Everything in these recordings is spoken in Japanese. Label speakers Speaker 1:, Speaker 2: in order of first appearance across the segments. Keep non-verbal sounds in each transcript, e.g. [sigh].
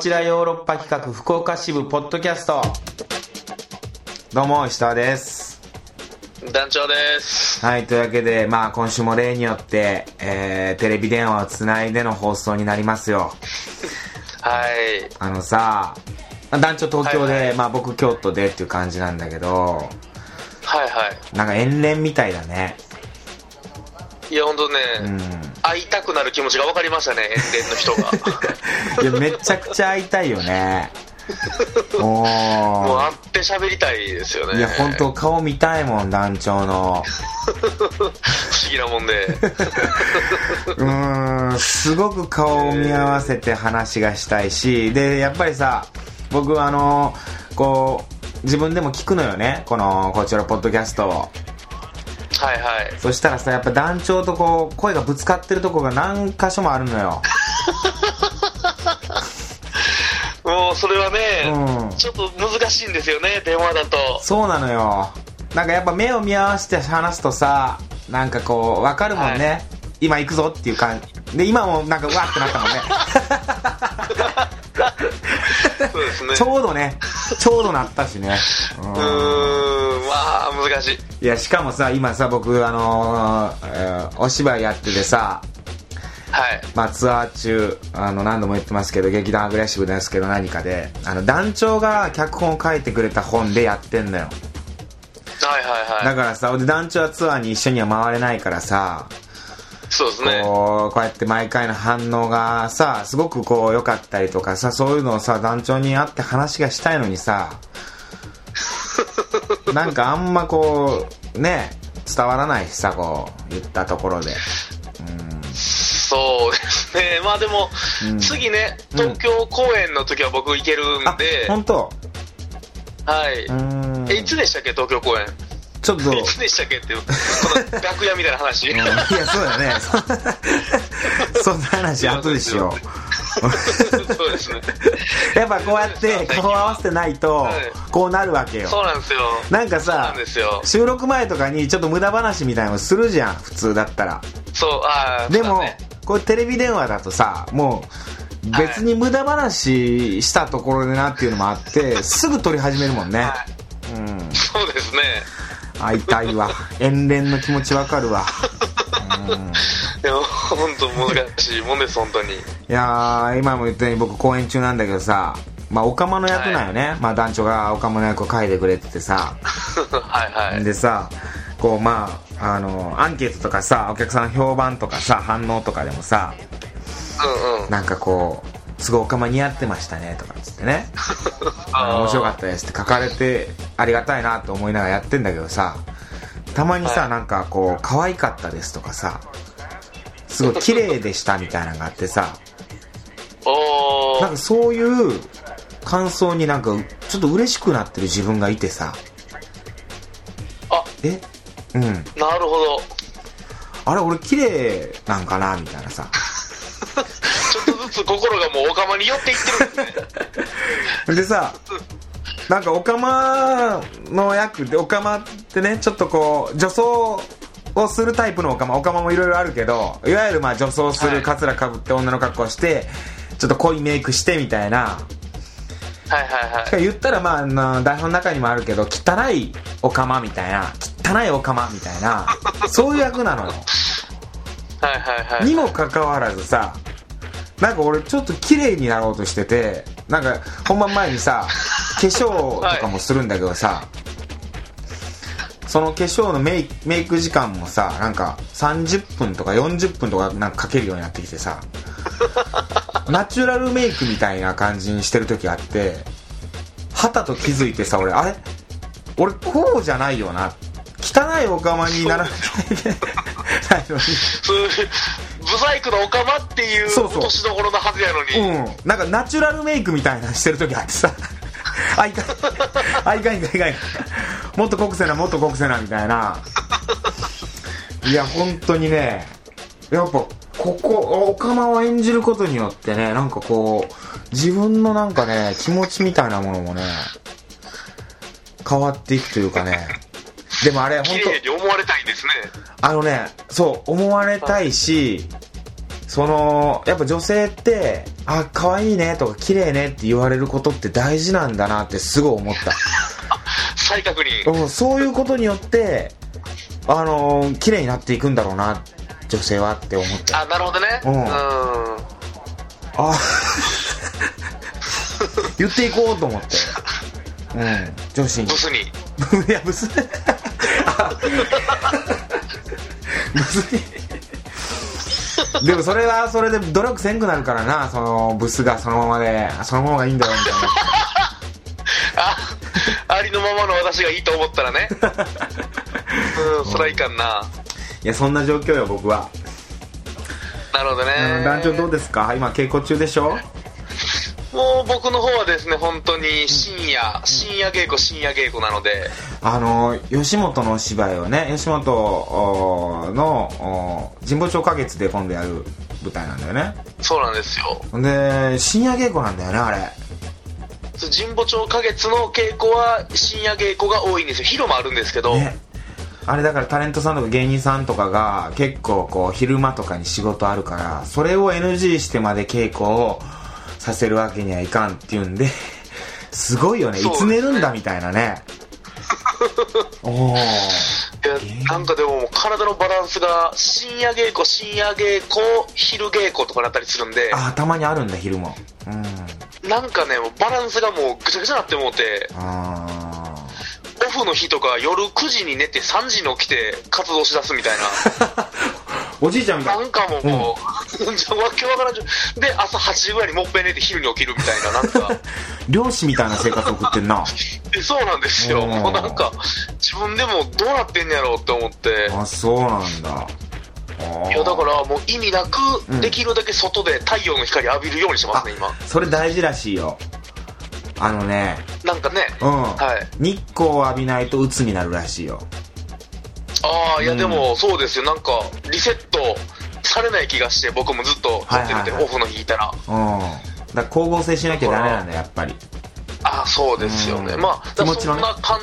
Speaker 1: ちらヨーロッパ企画福岡支部ポッドキャストどうも石川です
Speaker 2: 団長です。
Speaker 1: はいというわけでまあ今週も例によって、えー、テレビ電話をつないでの放送になりますよ
Speaker 2: はい。
Speaker 1: あのさまあ団長東京で、
Speaker 2: はいは
Speaker 1: まあ僕京都でっていう感じなんだけど
Speaker 2: はいは
Speaker 1: なんか遠恋みたいだね
Speaker 2: い。いや、ほんとね、 [laughs]
Speaker 1: うん
Speaker 2: 会いたくなる気持ちが分かりましたね、遠恋の人が。
Speaker 1: [laughs] いやめちゃくちゃ会いたいよ
Speaker 2: [laughs]
Speaker 1: ねもう
Speaker 2: もう会って喋りたいですよね。
Speaker 1: いや本当顔見たいもん団長の
Speaker 2: 不思議なも
Speaker 1: [laughs]
Speaker 2: んで。
Speaker 1: うーんすごく顔を見合わせて話がしたいしでやっぱりさ僕あのこう自分でも聞くのよねこのこちらのポッドキャストを
Speaker 2: はいはい。
Speaker 1: そしたらさやっぱ団長とこう声がぶつかってるとこが何箇所もあるのよ
Speaker 2: もうそれはね、
Speaker 1: うん
Speaker 2: ちょっと難しいんですよね、電話だと。
Speaker 1: そうなのよなんかやっぱ目を見合わせて話すとさなんかこう分かるもんね、今行くぞっていう感じで今もなんかうわってなったもんね
Speaker 2: そうですね。
Speaker 1: ちょうどね、ちょうどなったしね。うん
Speaker 2: うーん、まあ、難しい。
Speaker 1: いや、しかもさ、今さ、僕、あのーえーお芝居やっててさ、
Speaker 2: はい。
Speaker 1: まあ、ツアー中、あの、何度も言ってますけど、劇団アグレッシブですけど、何かで、あの、団長が脚本を書いてくれた本でやってんのよ。
Speaker 2: はいはいは
Speaker 1: だ
Speaker 2: い。
Speaker 1: からさ、で団長はツアーに一緒には回れないからさ、
Speaker 2: そうですね。
Speaker 1: こう、こうやって毎回の反応がさ、すごくこう、良かったりとかさ、そういうのをさ、団長に会って話がしたいのに
Speaker 2: [laughs]
Speaker 1: さ、なんかあんまこう、ね、伝わらないしさ、こう、言ったところで。
Speaker 2: そうですね。 [laughs] まあでも、
Speaker 1: うん
Speaker 2: 次ね、東京公演の時は僕行けるん
Speaker 1: あ
Speaker 2: で、、
Speaker 1: 本当
Speaker 2: はい。
Speaker 1: うーん。
Speaker 2: え、いつでしたっけ、東京公演。
Speaker 1: ちょっと、
Speaker 2: [laughs]
Speaker 1: うん
Speaker 2: いつでしたっけっていう、この楽屋みたいな話。
Speaker 1: いや、そうだね。そそんな話、後でしよ
Speaker 2: [laughs] そうですね。
Speaker 1: う。やっぱこうやって顔合わせてないと
Speaker 2: はい、
Speaker 1: こうなるわけよ。
Speaker 2: そうなんですよ。
Speaker 1: なんか
Speaker 2: そうな
Speaker 1: さ
Speaker 2: ん、ですよ。
Speaker 1: 収録前とかにちょっと無駄話みたいなのするじゃん普通だったら
Speaker 2: そう、ああ、
Speaker 1: で
Speaker 2: そう
Speaker 1: も
Speaker 2: だね
Speaker 1: こうテレビ電話だとさもう別に無駄話したところでなっていうのもあ
Speaker 2: [laughs]
Speaker 1: ってすぐ撮り始めるもんね
Speaker 2: はい
Speaker 1: うん
Speaker 2: そうですね。
Speaker 1: 会いたいわ遠恋の気持ちわかるわ
Speaker 2: でも、本当難しいもんです、本当に。 [laughs]
Speaker 1: いやー今も言ったように僕公演中なんだけどさまあ、オカマの役なんよね、まあ、団長がオカマの役を書いてくれててさ、
Speaker 2: はいはい。
Speaker 1: でさこうまああのアンケートとかさお客さんの評判とかさ反応とかでもさ
Speaker 2: うんうん。
Speaker 1: なんかこう、すごいおかま似合ってましたねとかっつってね、あの面白かったですって書かれてありがたいなと思いながらやってんだけどさ、たまにさ、
Speaker 2: はい
Speaker 1: なんかこう、可愛かったですとかさ、すごい綺麗でしたみたいなのがあってさ、
Speaker 2: た。お
Speaker 1: なん
Speaker 2: ー
Speaker 1: か。そういう感想になんかちょっと嬉しくなってる自分がいてさ、
Speaker 2: あ、
Speaker 1: えうん。
Speaker 2: なるほど。
Speaker 1: あれ俺綺麗なんかなみたいなさ。
Speaker 2: ちょっとずつ心がもうお釜に寄っていって
Speaker 1: [laughs]
Speaker 2: るんですね。
Speaker 1: でさなんかオカマの役でオカマってねちょっとこう女装をするタイプのオカマオカマもいろいろあるけどいわゆるまあ女装す
Speaker 2: は
Speaker 1: る
Speaker 2: い
Speaker 1: カツラかぶって女の格好してちょっと濃いメイクしてみたいな
Speaker 2: はいはいはい。
Speaker 1: 言ったらまああの台本の中にもあるけど汚いオカマみたいな汚いオカマみたいなそういう役なのよ
Speaker 2: はいはいはい。
Speaker 1: にもかかわらずさなんか俺ちょっと綺麗になろうとしててなんか本番前に
Speaker 2: [laughs]
Speaker 1: さ化粧とかもするんだけどさ、その化粧のメイメイク時間もさなんか30分とか40分とかなんかかけるようになってきて
Speaker 2: [laughs]
Speaker 1: さナチュラルメイクみたいな感じにしてる時あってはたと気づいてさ俺あれ俺こうじゃないよな汚いお釜にならなきゃいけない
Speaker 2: [laughs]
Speaker 1: のに
Speaker 2: そういう、ブサイクのお釜っていう
Speaker 1: そうそう
Speaker 2: 落としどころのはずやのに。
Speaker 1: うん、なんかナチュラルメイクみたいなのしてる時あってさ [laughs] あいかんあいかんいかんいかんもっと濃くせなもっと濃くせなみたいないや本当にねやっぱここおかまを演じることによってねなんかこう自分のなんかね気持ちみたいなものもね変わっていくというかねでもあれ本
Speaker 2: 綺麗に思われたいんですね。
Speaker 1: 当あのねそう思われたいしそのやっぱ女性って「あ可愛いね」とか「綺麗ね」って言われることって大事なんだなってすごい思った [laughs]
Speaker 2: 再確認。
Speaker 1: うんそういうことによってあの綺麗になっていくんだろうな女性はって思った
Speaker 2: あ、なるほどね。
Speaker 1: うん
Speaker 2: うん。
Speaker 1: あ言っていこうと思ってうん女子に
Speaker 2: ブスに。
Speaker 1: いや、ブス。あブスに。でもそれはそれで努力せんくなるからな、そのブスがそのままで、そのままがいいんだよみたいな。
Speaker 2: あ、 [laughs] ありのままの私がいいと思ったら
Speaker 1: [laughs]
Speaker 2: ね。うん、そらいかんな。
Speaker 1: いや、そんな状況よ、僕は。
Speaker 2: なるほどね
Speaker 1: うん。団長どうですか今稽古中でしょ
Speaker 2: もう僕の方はですね、本当に深夜、深夜稽古、深夜稽古なので、
Speaker 1: あの、吉本のお芝居をね、吉本おのお神保町花月で今度やる舞台なんだよね。
Speaker 2: そうなんですよ。
Speaker 1: ほんで、深夜稽古なんだよね、あれ。
Speaker 2: 神保町花月の稽古は深夜稽古が多いんですよ。昼もあるんですけど、
Speaker 1: ね、あれだからタレントさんとか芸人さんとかが結構こう昼間とかに仕事あるからそれを NG してまで稽古をさせるわけにはいかんっていうんで [laughs] すごいよねい
Speaker 2: そうです
Speaker 1: つ
Speaker 2: ね
Speaker 1: 寝るんだみたいな
Speaker 2: [laughs]
Speaker 1: ねおお
Speaker 2: いやなんかでももう体のバランスが深夜稽古、深夜稽古、昼稽古とかなったりするんで、
Speaker 1: あたまにあるんだ昼もうん
Speaker 2: なんかね、もうバランスがもうぐちゃぐちゃなってもうて、
Speaker 1: あ
Speaker 2: オフの日とか夜9時に寝て3時に起きて活動しだすみた
Speaker 1: [laughs]
Speaker 2: い
Speaker 1: ーおじいちゃんみた
Speaker 2: な。
Speaker 1: い
Speaker 2: なんかもう、もうじゃあわけわからんじゃん。で、朝8時ぐらいにもっぺん寝て昼に起きるみたいな、なん
Speaker 1: [laughs]
Speaker 2: か。
Speaker 1: 漁師みたいな生活送ってんな
Speaker 2: えそうなんですよ。
Speaker 1: うん
Speaker 2: もうなんか、自分でもどうなってんやろうって思って。
Speaker 1: あそうなんだ
Speaker 2: いや、だ
Speaker 1: ら
Speaker 2: からもう意味なく
Speaker 1: うん、
Speaker 2: できるだけ外で太陽の光浴びるようにしてますね、今。
Speaker 1: それ大事らしいよあのね
Speaker 2: なんかね。
Speaker 1: うん、
Speaker 2: はい。
Speaker 1: 日光を浴びないと鬱になるらしいよ
Speaker 2: ああ、いや
Speaker 1: うん
Speaker 2: でもそうですよ。なんか、リセットされない気がして、僕もずっと撮ってみ
Speaker 1: はいは
Speaker 2: て、
Speaker 1: いはい
Speaker 2: オフの日いたら。
Speaker 1: うんだから光合成しなきゃダメなんだやっぱり
Speaker 2: ああ、そうですよ
Speaker 1: う
Speaker 2: ね。
Speaker 1: ん
Speaker 2: まあ、
Speaker 1: 気
Speaker 2: だか
Speaker 1: 持
Speaker 2: ら
Speaker 1: ち
Speaker 2: そ
Speaker 1: のね
Speaker 2: んな感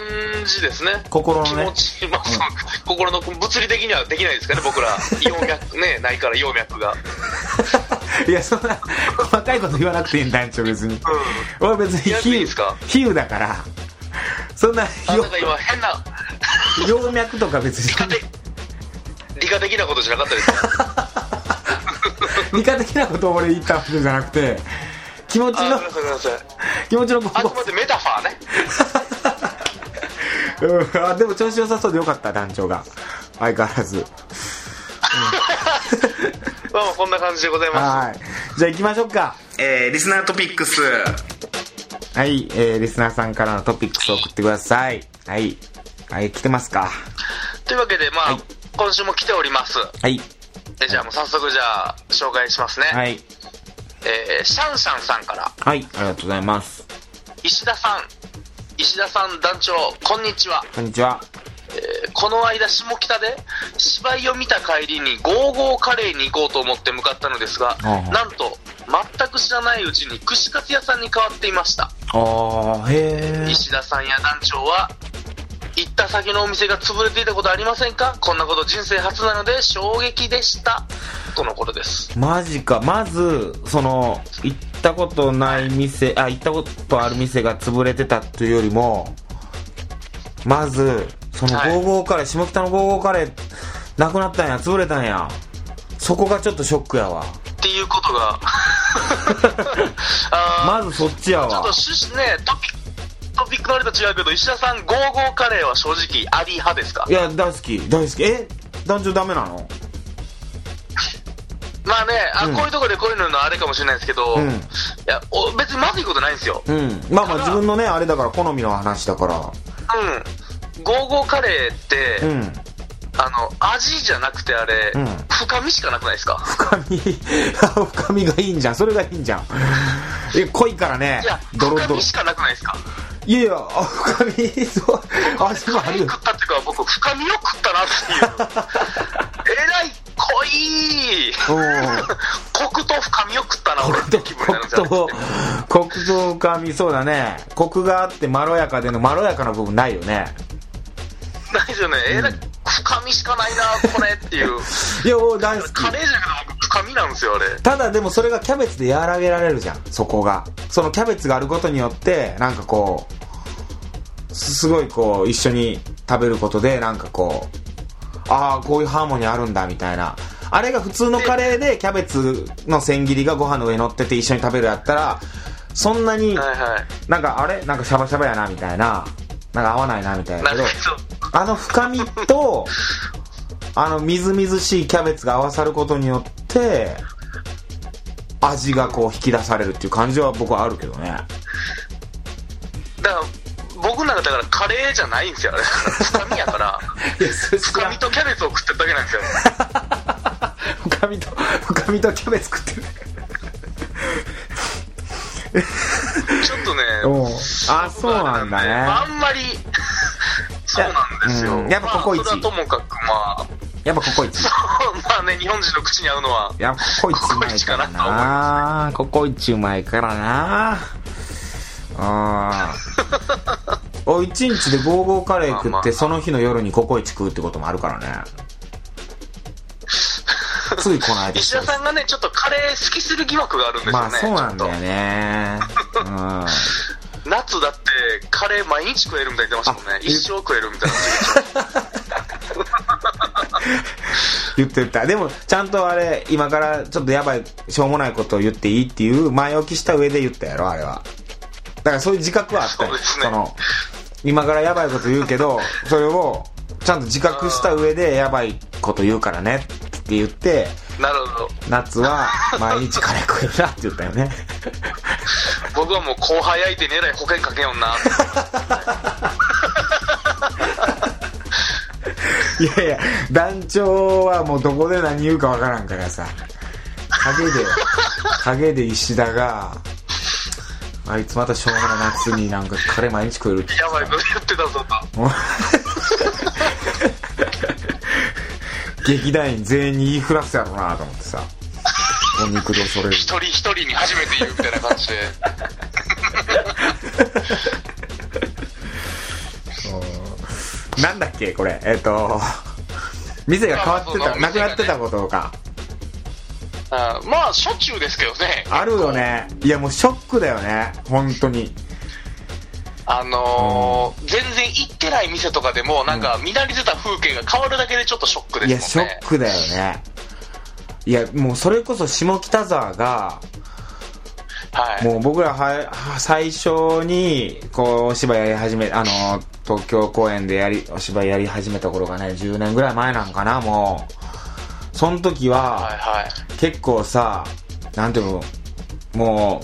Speaker 2: じですね。
Speaker 1: 心の
Speaker 2: 気
Speaker 1: ね
Speaker 2: 持ち、まあ、その心の物理的にはできないですかね、
Speaker 1: [laughs]
Speaker 2: 僕ら。葉脈ね、ないから葉脈が。
Speaker 1: [laughs] いやそんな細かいこと言わなくていいんだよ別に
Speaker 2: うん。
Speaker 1: 俺別に
Speaker 2: やって
Speaker 1: 比
Speaker 2: いいですか
Speaker 1: 喩比喩だからそんなよ
Speaker 2: あなんか今変な
Speaker 1: 葉脈とか別に
Speaker 2: 理科的理科的なことじゃなかったですか
Speaker 1: 理科的なことを俺言ったわけじゃなくて気持ち
Speaker 2: あ
Speaker 1: の
Speaker 2: ごめんなさいごめんなさい
Speaker 1: 気持ちの
Speaker 2: あ
Speaker 1: 心
Speaker 2: くまでメタファーね
Speaker 1: うんあでも調子良さそうでよかった団長が相変わらず
Speaker 2: まあまあこんな感じでございます
Speaker 1: はい。じゃあ行きましょうか。えリスナートピックス。はい、えーリスナーさんからのトピックスを送ってください。はい。はい、来てますか。
Speaker 2: というわけでまあ、今週も来ております
Speaker 1: はい。
Speaker 2: えじゃあもう早速じゃあ紹介しますね、
Speaker 1: はい。
Speaker 2: えーシャンシャンさんから
Speaker 1: はい、ありがとうございます。
Speaker 2: 石田さん石田さん団長こんにちは、
Speaker 1: こんにちは。
Speaker 2: えーこの間下北で芝居を見た帰りにゴーゴーカレーに行こうと思って向かったのですが、
Speaker 1: うんうん
Speaker 2: なんと全く知らないうちに串カツ屋さんに変わっていました
Speaker 1: あー、へー。
Speaker 2: 石田さんや団長は行った先のお店が潰れていたことありませんかこんなこと人生初なので衝撃でしたとのことです
Speaker 1: マジか。まず、その、行ったことない店、あ、行ったことある店が潰れてたというよりも、まず、その、ゴ
Speaker 2: はい
Speaker 1: ーゴーカレー、下北のゴーゴーカレー、なくなったんや、潰れたんや。そこがちょっとショックやわ。
Speaker 2: っていうことがあ
Speaker 1: まずそっちや
Speaker 2: ーちょっ
Speaker 1: わ
Speaker 2: と。趣旨ねトピトピックのあれと違うけど石田さんゴーゴーカレーは正直あり派ですか
Speaker 1: いや、大好き、大好き。え団長ダメなの
Speaker 2: まあねあ、
Speaker 1: うん
Speaker 2: こういうとこでこういうののあれかもしれないですけど、
Speaker 1: うん
Speaker 2: いやお別にまずいことないんですよ
Speaker 1: うん。まあまあ
Speaker 2: ただ
Speaker 1: 自分のね、あれだから好みの話だから。
Speaker 2: うんゴーゴーカレーって、
Speaker 1: うん。
Speaker 2: あの味じゃなくてあれ、
Speaker 1: うん
Speaker 2: 深みしかなくないですか
Speaker 1: 深み、 [laughs] あ深みがいいんじゃん。それがいいんじ [laughs] ゃん。え、濃いからね
Speaker 2: いや、、
Speaker 1: ドロド
Speaker 2: 深
Speaker 1: ロ
Speaker 2: み。しかなくないですか
Speaker 1: いやいや、あ深み、そう、味もあ
Speaker 2: 深み
Speaker 1: るよ。
Speaker 2: 食ったっていうか、僕、深みを食ったなっ
Speaker 1: [laughs]
Speaker 2: ていう。えらい濃い、
Speaker 1: うん。
Speaker 2: [laughs] コクと深みを食ったな、俺って気分になるんですよ。
Speaker 1: コクと、コクと深み、そうだね。コクがあってまろやかでのまろやかな部分ないよね。
Speaker 2: ないですよね。えらい深みしかないな、これっていう。
Speaker 1: [laughs] いや、お大好き。
Speaker 2: カレーじゃなくて、僕、紙なんですよあれ
Speaker 1: ただでもそれがキャベツで和らげられるじゃんそこがそのキャベツがあることによってなんかこうすすごいこう一緒に食べることでなんかこうああこういうハーモニーあるんだみたいなあれが普通のカレーでキャベツの千切りがご飯の上に乗ってて一緒に食べるやったらそんなに
Speaker 2: はいはい
Speaker 1: なんかあれなんかシャバシャバやなみたいななんか合わないなみたいなけ
Speaker 2: なん
Speaker 1: ど
Speaker 2: かそう
Speaker 1: あの深みと、あのみずみずしいキャベツが合わさることによって、味がこう引き出されるっていう感じは僕はあるけどね。
Speaker 2: だから僕の中だからカレーじゃないんですよあれ深みやから
Speaker 1: [laughs] いや、それ
Speaker 2: 深みとキャベツを食ってるだけなんですよ
Speaker 1: 深みと、深みとキャベツ食ってる。
Speaker 2: ちょっとね
Speaker 1: うんあ、そうなん [laughs] だね。
Speaker 2: あんまりそうなんですよ、
Speaker 1: うんやっぱココイチ
Speaker 2: まあ、それはともかくまあ [laughs]
Speaker 1: やっぱココイチ。
Speaker 2: まあね日本人の口に合うのは
Speaker 1: やっぱココイチうまいからな。ココイチうまいからな。あーお一日でゴーゴーカレー食
Speaker 2: まあ
Speaker 1: っ
Speaker 2: ま
Speaker 1: て
Speaker 2: あ
Speaker 1: その日の夜にココイチ食うってこともあるからね [laughs] ついこの間
Speaker 2: 石田さんがねちょっとカレー好きする疑惑があるんですよね、
Speaker 1: まあそうなんだよねうん
Speaker 2: ちょっと夏だってカレー毎日食えるみたいに言ってましたもん
Speaker 1: あ
Speaker 2: ね一生食えるみたいな
Speaker 1: 言ってたでもちゃんとあれ今からちょっとやばいしょうもないことを言っていいっていう前置きした上で言ったやろあれはだからそういう自覚はあったよ
Speaker 2: そうですね
Speaker 1: の今からやばいこと言うけどそれをちゃんと自覚した上でやばいこと言うからねって言って [laughs]
Speaker 2: なるほど
Speaker 1: 夏は毎日カレー食えるなって言ったよね
Speaker 2: 僕はもう後輩相手にえらい保険かけよんな
Speaker 1: いやいや団長はもうどこで何言うかわからんからさ陰で陰で石田があいつまたしょうもない夏になんかカレー毎日食えるって [laughs]
Speaker 2: やばいこと言ってたぞと
Speaker 1: 劇団員全員に言いふらすやろうなと思ってさお肉で恐れる
Speaker 2: 一人一人に初めて言うみたいな
Speaker 1: [laughs]
Speaker 2: 感じで
Speaker 1: なんだっけこれえっ、と店が変わって
Speaker 2: まあまあ
Speaker 1: た
Speaker 2: まあ
Speaker 1: なくなってたことか
Speaker 2: あーまあしょっちゅうですけどね
Speaker 1: あるよねいやもうショックだよね本当に
Speaker 2: あのー全然行ってない店とかでもなんか乱れてた風景が変わるだけでちょっとショック
Speaker 1: いや
Speaker 2: で
Speaker 1: シ
Speaker 2: すも
Speaker 1: ョ
Speaker 2: んね
Speaker 1: ックだよねいやもうそれこそ下北沢が
Speaker 2: はい
Speaker 1: もう僕らはは最初にこうお芝居やり始めあの東京公演でやりお芝居やり始めた頃がね10年ぐらい前なんかなもうその時
Speaker 2: はい
Speaker 1: は
Speaker 2: はい
Speaker 1: 結構さなんていうのも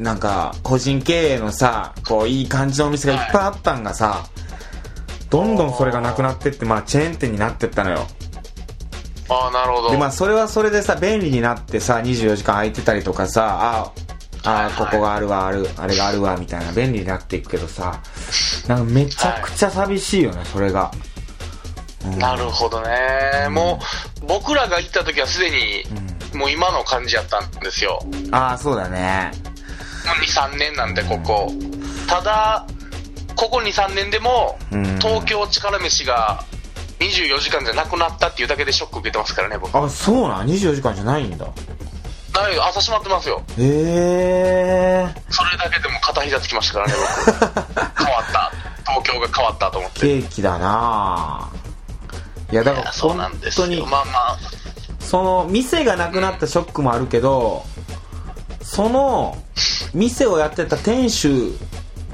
Speaker 1: うなんか個人経営のさこういい感じのお店がいっぱいあったんがさどんどんそれがなくなってってまあチェーン店になってったのよ
Speaker 2: ああなるほど
Speaker 1: でまあそれはそれでさ便利になってさ24時間空いてたりとかさああ
Speaker 2: はい
Speaker 1: ここがあるわあるあれがあるわみたいな便利になっていくけどさなんかめちゃくちゃ寂しいよね、それが
Speaker 2: なるほどね、もう僕らが行った時はすでに、もう今の感じやったんですよ、もう
Speaker 1: ああそうだね
Speaker 2: 23年なんでここただここ23年でも、
Speaker 1: うん
Speaker 2: 東京力飯が24時間じゃなくなったっていうだけでショック受けてますからね僕
Speaker 1: あそうなん24時間じゃないんだ
Speaker 2: だいぶ朝閉まってますよ
Speaker 1: へえ
Speaker 2: それだけでも片膝つきましたからね
Speaker 1: [laughs]
Speaker 2: 僕変わった東京が変わったと思って
Speaker 1: ケーキだなあいやだから
Speaker 2: そうな
Speaker 1: 本
Speaker 2: んです
Speaker 1: 当
Speaker 2: よ
Speaker 1: に
Speaker 2: まあまあ
Speaker 1: その店がなくなったショックもあるけどその店をやってた店主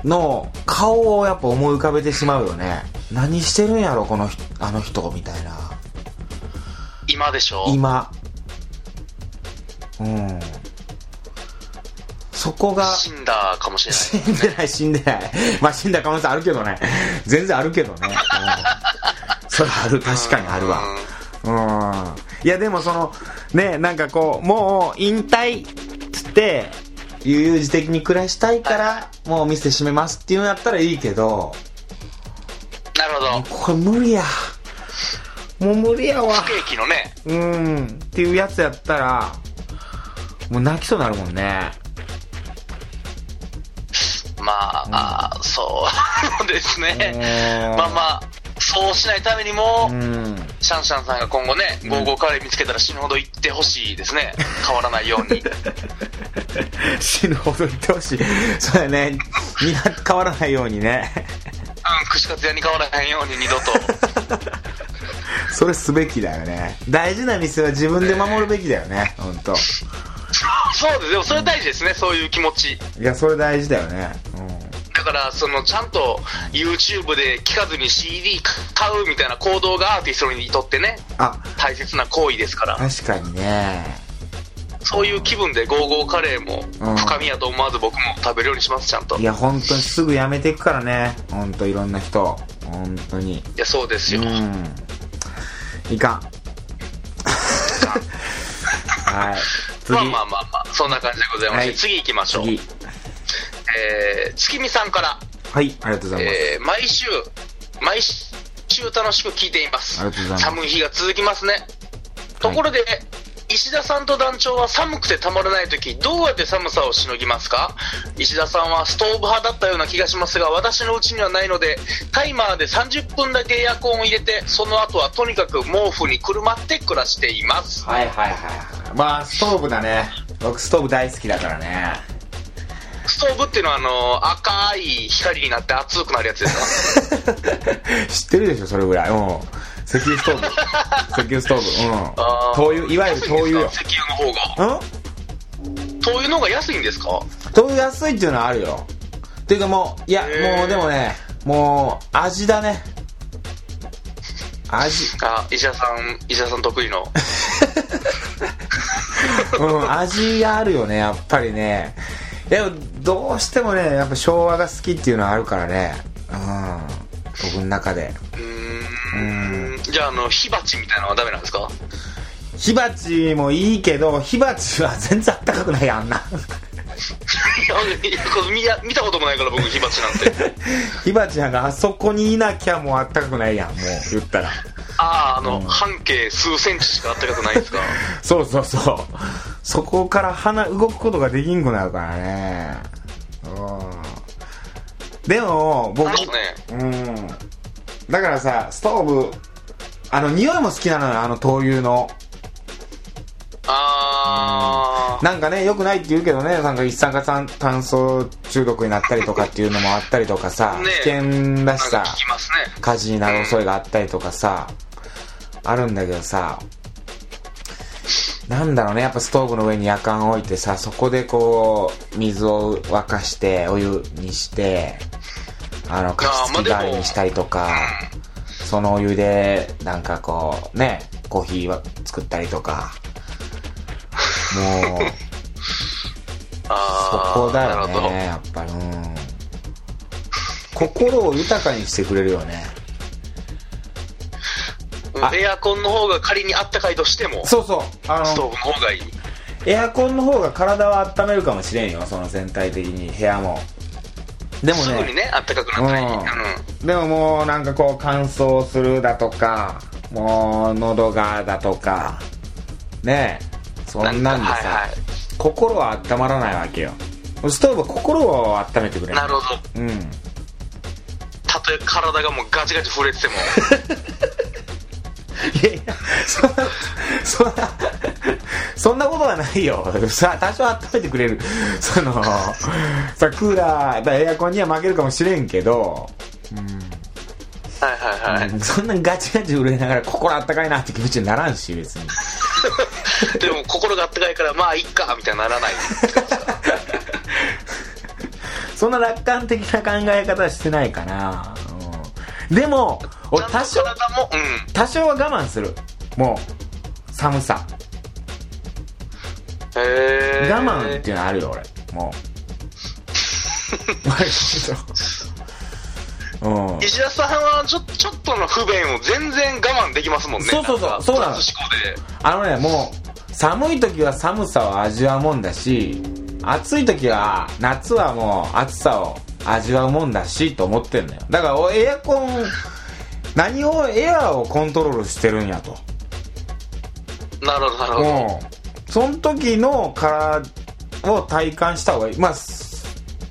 Speaker 1: の顔をやっぱ思い浮かべてしまうよね何してるんやろこの人あの人みたいな
Speaker 2: 今でしょ
Speaker 1: 今うんそこが
Speaker 2: 死んだかもしれない
Speaker 1: 死 [laughs] んでない死んでないまあ死んだ可能性あるけどね全然あるけどね、うん、それある確かにあるわ、
Speaker 2: うん
Speaker 1: うんいやでもそのねなんかこうもう引退っつって悠々自適に暮らしたいからもうお店閉めますっていうのやったらいいけど
Speaker 2: なるほど
Speaker 1: これ無理やもう無理やわ
Speaker 2: 不景気のね
Speaker 1: うんっていうやつやったらもう泣きそうになるもんね
Speaker 2: まあ、あーそうですね、
Speaker 1: うん
Speaker 2: まあまあそうしないためにも、
Speaker 1: うん
Speaker 2: シャンシャンさんが今後ね、
Speaker 1: うん
Speaker 2: ゴーゴーカレー見つけたら死ぬほど行ってほしいで
Speaker 1: [laughs]
Speaker 2: すね。変わらないように。
Speaker 1: 死ぬほど言ってほしい。そうやね。みんな変わらないようにね。
Speaker 2: うん、串カツ屋に変わらへんように二度
Speaker 1: [laughs]
Speaker 2: と。
Speaker 1: それすべきだよね。大事な店は自分で守るべきだよね。本当。
Speaker 2: そうです。でもそれ大事ですね、そういう気持ち。
Speaker 1: いや、それ大事だよね。
Speaker 2: だから、その、ちゃんと YouTube で聞かずに CD 買うみたいな行動がアーティストにとってね、
Speaker 1: うん。あ、
Speaker 2: 大切な行為ですから、
Speaker 1: 確かにね。
Speaker 2: そういう気分でゴーゴーカレーも
Speaker 1: うん
Speaker 2: 深みやと思わず僕も食べるようにします、ちゃんと。
Speaker 1: い
Speaker 2: いや、
Speaker 1: や、本当にすぐやめていくからね。本当いろんな人。本当に。
Speaker 2: そうです
Speaker 1: う
Speaker 2: よ。
Speaker 1: ん。い
Speaker 2: [laughs]
Speaker 1: かん。はい。次。
Speaker 2: まあまあまあまあ、そんな感じでございまして、
Speaker 1: はい
Speaker 2: 次行きましょう。
Speaker 1: 次。
Speaker 2: えー、月見さんから、
Speaker 1: はい、ありがとうございます。
Speaker 2: えー、毎週、毎週楽しく聞いています。
Speaker 1: ありがとうございます
Speaker 2: 寒い日が続きますね。ところで、石田さんと団長は寒くてたまらない時どうやって寒さをしのぎますか石田さんはストーブ派だったような気がしますが、私のうちにはないので、タイマーで30分だけエアコンを入れて、その後はとにかく毛布にくるまって暮らしています。
Speaker 1: はいはいはいまあストーブだね僕ストーブ大好きだから
Speaker 2: [laughs]
Speaker 1: ね
Speaker 2: ストーブっていうのは、あの、赤い光になって熱くなるやつですか
Speaker 1: 知ってるでしょそれぐらいうん石油ストー
Speaker 2: [laughs]
Speaker 1: ブ石油スト [laughs]
Speaker 2: あ
Speaker 1: ー
Speaker 2: ー
Speaker 1: ブうん灯油いわゆる
Speaker 2: 安
Speaker 1: 灯
Speaker 2: いん
Speaker 1: 油よ
Speaker 2: ですか石油の方が。
Speaker 1: うん
Speaker 2: 灯油の方が安いんですか
Speaker 1: 灯油安いっていうのはあるよっていうかもういや
Speaker 2: へー
Speaker 1: もうでもねもう味だね味
Speaker 2: [laughs] あ、石田さん、石田さん得意
Speaker 1: う
Speaker 2: の。
Speaker 1: ん味があるよねやっぱりねでもどうしてもねやっぱ昭和が好きっていうのはあるからね [laughs] うん僕の中で
Speaker 2: うーん。じゃあ、あの、火鉢みたいなのはダメなんですか [laughs]
Speaker 1: 火鉢もいいけど火鉢は全然あったかくないやんあんな [laughs]
Speaker 2: いやいやこれ見や見たこともないから僕火鉢な
Speaker 1: [laughs]
Speaker 2: んて
Speaker 1: 火鉢なんかあそこにいなきゃもうあったかくないやんもう言ったら
Speaker 2: あああの、半径数センチしかあったかくないんですか
Speaker 1: そうそうそうそこから鼻動くことができんくなるからねうんでも僕
Speaker 2: あのね
Speaker 1: うんだからさストーブあの匂いも好きなのよあの灯油の
Speaker 2: ああ
Speaker 1: なんかね、良くないって言うけどね、なんか一酸化炭素中毒になったりとかっていうのもあったりとかさ、
Speaker 2: ね
Speaker 1: 危
Speaker 2: え
Speaker 1: 険だし
Speaker 2: な
Speaker 1: さ、
Speaker 2: んか聞きますね
Speaker 1: 火事になる恐れがあったりとかさ、あるんだけどさ、なんだろうね、やっぱストーブの上に夜間置いてさ、そこでこう、水を沸かして、お湯にして、あの、加湿器代わりにしたりとか、そのお湯で、なんかこう、ね、コーヒーは作ったりとか、もう、
Speaker 2: [laughs] ああ
Speaker 1: そこだよ
Speaker 2: なるほど
Speaker 1: ねやっぱりうん心を豊かにしてくれるよねあ
Speaker 2: エアコンの方が仮にあったかいとしてもス
Speaker 1: そうそうあの
Speaker 2: トーブの方がいい
Speaker 1: エアコンの方が体は温めるかもしれんよその全体的に部屋もでも
Speaker 2: すぐに
Speaker 1: ね
Speaker 2: ねあったかくなったり、
Speaker 1: う
Speaker 2: うんん
Speaker 1: でももうなんかこう乾燥するだとかもう喉がだとかねえそんなんでさ、
Speaker 2: かはいは
Speaker 1: 心は温まらないわけよストーブは心を温めてくれ
Speaker 2: い、
Speaker 1: る
Speaker 2: なるほど
Speaker 1: うん
Speaker 2: たとえ体がもうガチガチ震え
Speaker 1: [laughs]
Speaker 2: てても
Speaker 1: いやいや、そんな、そんな、そんなことはないよ。さあ、多少温めてくれる。その、さあ、クーラー、やっぱエアコンには負けるかもしれんけど、
Speaker 2: はいはいはい、
Speaker 1: うん [laughs] そんなガチガチ震えながら心あったかいなって気持ちにならんし、別に。
Speaker 2: [laughs] でも心があったかいからまあいっかみたいにならない
Speaker 1: そんな楽観的な考え方はしてないかな。うん、でも、俺多
Speaker 2: ち
Speaker 1: 少
Speaker 2: ゃん、と体も、うん、
Speaker 1: 多少は我慢する。もう、寒さ。
Speaker 2: へー
Speaker 1: 我慢っていうのあるよ俺もう悪い
Speaker 2: [laughs]
Speaker 1: ことうん [laughs]
Speaker 2: 石田さんはちょちょっとの不便を全然我慢できますもんね
Speaker 1: そうそうそう
Speaker 2: なんか
Speaker 1: そうなの
Speaker 2: プラス思考
Speaker 1: あのねもう寒い時は寒さを味わうもんだし暑い時は夏はもう暑さを味わうもんだしと思ってんのよだからおエアコン何をエアーをコントロールしてるんやと
Speaker 2: でなるほどなるほど、
Speaker 1: うんその時のからを体感した方がいいまあす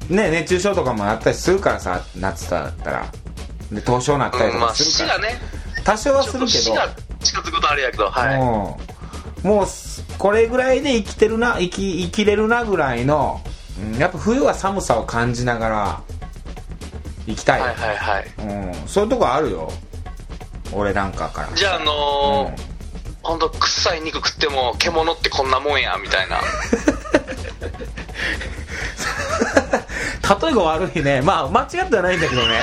Speaker 1: ね熱中症とかもあったりするからさ夏だったらで凍傷なったり
Speaker 2: う
Speaker 1: と
Speaker 2: んま
Speaker 1: か
Speaker 2: あ
Speaker 1: す
Speaker 2: 死
Speaker 1: るか
Speaker 2: が
Speaker 1: ら、
Speaker 2: ね
Speaker 1: 多少は
Speaker 2: ち
Speaker 1: す
Speaker 2: ょっ
Speaker 1: るけ
Speaker 2: と死
Speaker 1: ど
Speaker 2: が近づくことあるやけど、はい。
Speaker 1: うん、もうすこれぐらいで生きてるな生き生きれるなぐらいの、うん、やっぱ冬は寒さを感じながら行きたい、
Speaker 2: はいはいはい。
Speaker 1: うん、そういうとこあるよ俺なんかから
Speaker 2: じゃあ、
Speaker 1: う
Speaker 2: あ
Speaker 1: ん
Speaker 2: のー、ほんと、臭い肉食っても、獣ってこんなもんや、みたいな。
Speaker 1: [laughs] 例えが悪いねまあ間違ってはないんだけど [laughs] ね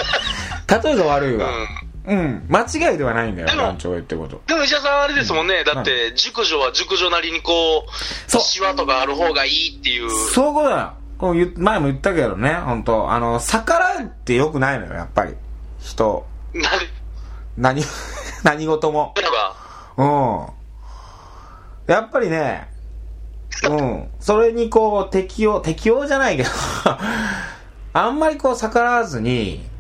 Speaker 1: 例えが悪いうわ
Speaker 2: ん。
Speaker 1: うん、間違いではないんだよ
Speaker 2: でも
Speaker 1: 団長が言ってること
Speaker 2: でも石田さんあれですもんね、だって、熟女は熟女なりにこう、
Speaker 1: そう
Speaker 2: シワとかある方がいいっていう。
Speaker 1: そういうことだよこう言う前も言ったけどね本当あの逆らうってよくないのよやっぱり人
Speaker 2: なる
Speaker 1: 何 [laughs] 何事も
Speaker 2: ほどが。
Speaker 1: うん。やっぱり
Speaker 2: [laughs]
Speaker 1: ね、うん。それにこう、適応、適応じゃないけど、 [laughs] あんまりこう逆らわずに、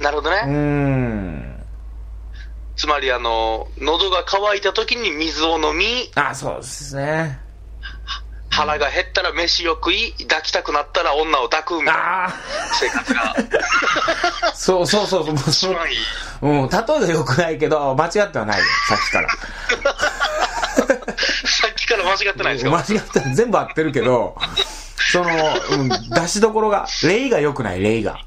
Speaker 2: なるほど
Speaker 1: う
Speaker 2: ね。
Speaker 1: ん。
Speaker 2: つまり、あの、喉が渇いた時に水を飲み、
Speaker 1: あ、そうですね。
Speaker 2: 腹が減ったら飯を食い、抱きたくなったら女を抱くみたいな
Speaker 1: あ
Speaker 2: 生活が
Speaker 1: あ、そうそうそうそうもう
Speaker 2: 一
Speaker 1: その
Speaker 2: 番いい。
Speaker 1: うん、例えが良くないけど、間違ってはないよ、さっきから。
Speaker 2: [laughs] さっきから間違ってないです
Speaker 1: 間
Speaker 2: か
Speaker 1: 違っては全部合ってるけど、その、うん、出しどころが、例が良くない、例が。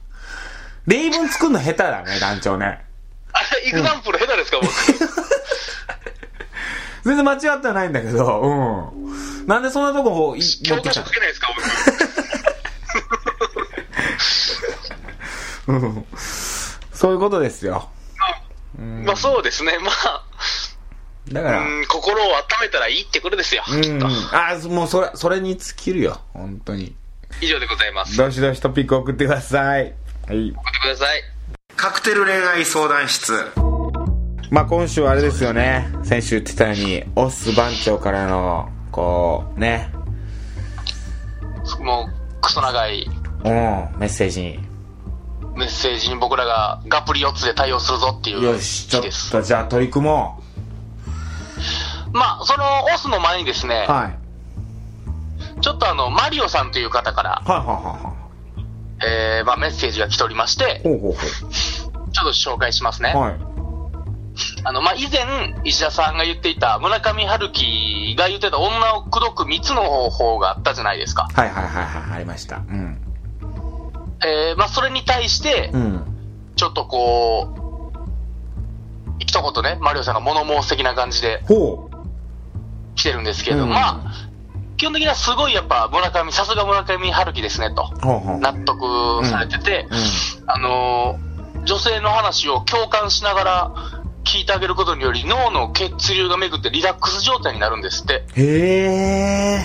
Speaker 1: 例文作るの下手だね、団長ね。
Speaker 2: あれ、イグザンプル下手ですか、僕。
Speaker 1: 全然間違ってはないんだけど、うん。なんでそんなとこをい持
Speaker 2: 教
Speaker 1: ってき
Speaker 2: 科
Speaker 1: た
Speaker 2: 書
Speaker 1: の
Speaker 2: つけないですか、僕。
Speaker 1: うんそういうことですよ。
Speaker 2: まあそうですね、ま
Speaker 1: だか
Speaker 2: あ、
Speaker 1: ら、
Speaker 2: う、
Speaker 1: うん
Speaker 2: 心を温めたらいいってことですよ、きっ
Speaker 1: ん。
Speaker 2: と。
Speaker 1: あ、もうそれ、それに尽きるよ。本当に。
Speaker 2: 以上でございます。
Speaker 1: どしどしトピック送ってください。はい。
Speaker 2: 送ってください。
Speaker 1: カクテル恋愛相談室。まあ今週はあれですよね。先週言ってたように、オス番長からの、こう、ね、
Speaker 2: もう、クソ長い
Speaker 1: うん、メッセージに。
Speaker 2: メッセージに僕らがガプリ4つで対応するぞっていう
Speaker 1: よし、ち
Speaker 2: 記
Speaker 1: ょ
Speaker 2: 事
Speaker 1: っ
Speaker 2: です。
Speaker 1: とじゃあ取り組も
Speaker 2: まあ、そのオスの前にですね
Speaker 1: う。、はい。
Speaker 2: ちょっとあの、マリオさんという方から、
Speaker 1: はいはいはいは
Speaker 2: えー、まあメッセージが来ておりまして
Speaker 1: い。、ほうほう
Speaker 2: ちょっと紹介しますね
Speaker 1: ほう。。はい。
Speaker 2: あの、まあ以前、石田さんが言っていた、村上春樹が言ってた女を口説く3つの方法があったじゃないですか。
Speaker 1: はいはいはいはい、ありました。うん。
Speaker 2: えー、まあそれに対して
Speaker 1: う、ん。
Speaker 2: ちょっとこう、一言ね、マリオさんが物申す的な感じで
Speaker 1: ほう。
Speaker 2: 来てるんですけれども、
Speaker 1: うん
Speaker 2: まあ、基本的にはすごいやっぱ村上、さすが村上春樹ですねと、
Speaker 1: ほうほう。
Speaker 2: 納得されてて、あのー女性の話を共感しながら聞いてあげることにより、脳の血流が巡ってリラックス状態になるんですって。
Speaker 1: へえ。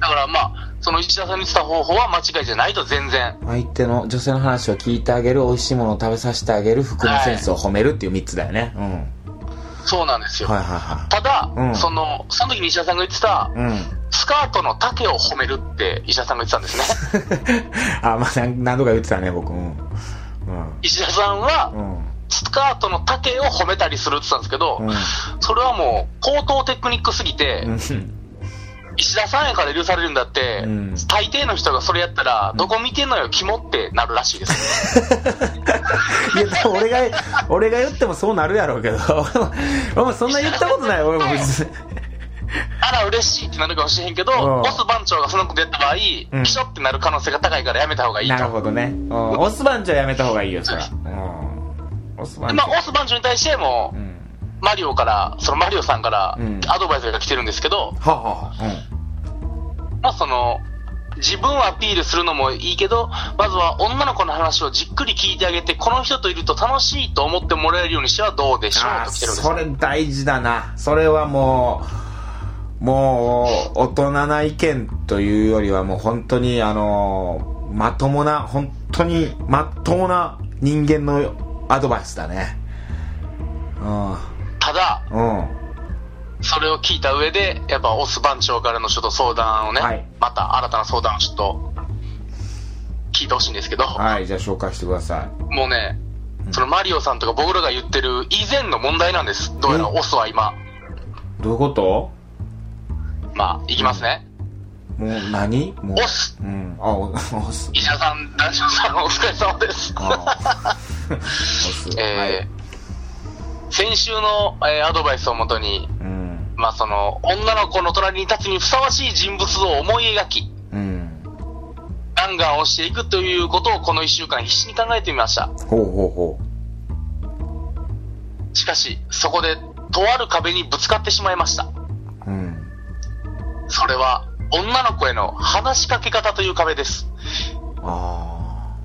Speaker 2: だからまあ、その石田さんに言ってた方法は間違いじゃないと全然。
Speaker 1: 相手の女性の話を聞いてあげる、美味しいものを食べさせてあげる、服のセンスを褒めるっていう3つだよね。うん。
Speaker 2: そうなんですよ。
Speaker 1: はいはいは
Speaker 2: ただ、
Speaker 1: うん
Speaker 2: その、その時に石田さんが言ってた、
Speaker 1: い。うん。 [laughs]
Speaker 2: スカートの丈を褒めるって石田さんが言ってたんですね。
Speaker 1: [laughs] あ、まあ、なん何度か言ってたね、僕。うん。うん。
Speaker 2: 石田さんは
Speaker 1: う、ん。
Speaker 2: スカートの丈を褒めたりするって言ってたんですけど、
Speaker 1: うん
Speaker 2: それはもう、高等テクニックすぎて、
Speaker 1: うん。
Speaker 2: 石田さんやから許されるんだって、
Speaker 1: うん
Speaker 2: 大抵の人がそれやったら、どこ見てんのよ、キモってなるらしい
Speaker 1: [laughs]
Speaker 2: です。
Speaker 1: いや、でも [laughs] 俺が、俺が言ってもそうなるやろうけど、 [laughs] 俺も俺もそんな言ったことない、俺も別に。
Speaker 2: あら、嬉しいってなるかもしれへんけど、
Speaker 1: うん
Speaker 2: ボス番長がそのことやった場合、
Speaker 1: ん
Speaker 2: キショってなる可能性が高いからやめた方がいいと。
Speaker 1: なるほどね。うん。オス番長やめた方がいいよ、そら。うん。オス
Speaker 2: で
Speaker 1: 番
Speaker 2: ま
Speaker 1: 長。
Speaker 2: あ、オス番長に対しても、
Speaker 1: うん。
Speaker 2: マリオから、そのマリオさんから
Speaker 1: うん、
Speaker 2: アドバイスが来てるんですけど、
Speaker 1: はあはあはあ。うん。
Speaker 2: まあその、自分をアピールするのもいいけど、まずは女の子の話をじっくり聞いてあげて、この人といると楽しいと思ってもらえるようにしてはどうでしょ
Speaker 1: あー
Speaker 2: うと来てるんです
Speaker 1: そ
Speaker 2: よ
Speaker 1: れ大事だなそれはもうもう大人な意見というよりはもう本当にあのまともな本当にまっともな人間のアドバイスだねうん
Speaker 2: ただ、
Speaker 1: うん
Speaker 2: それを聞いた上で、やっぱオス番長からのちょっと相談をね、
Speaker 1: はい
Speaker 2: また新たな相談をちょっと聞いてほしいんですけど、
Speaker 1: はいじゃあ紹介してください
Speaker 2: もうね、そのマリオさんとか僕らが言ってる以前の問題なんです。どうやら
Speaker 1: う
Speaker 2: オスは今、
Speaker 1: どういうこと
Speaker 2: まあ、いきますね。
Speaker 1: もう何もう
Speaker 2: 押す
Speaker 1: うんあお押す
Speaker 2: 石田さん、男子さん、お疲れ様です。
Speaker 1: あー押す、
Speaker 2: えー
Speaker 1: はい
Speaker 2: 先週の、えーアドバイスをもとに、
Speaker 1: うん
Speaker 2: まあ、その女の子の隣に立つにふさわしい人物を思い描き、
Speaker 1: うん
Speaker 2: ガンガン押していくということをこの1週間必死に考えてみました。
Speaker 1: ほうほうほ
Speaker 2: しかし、そこで、とある壁にぶつかってしまいました。
Speaker 1: ううん
Speaker 2: それは、女の子への話しかけ方という壁です。
Speaker 1: あ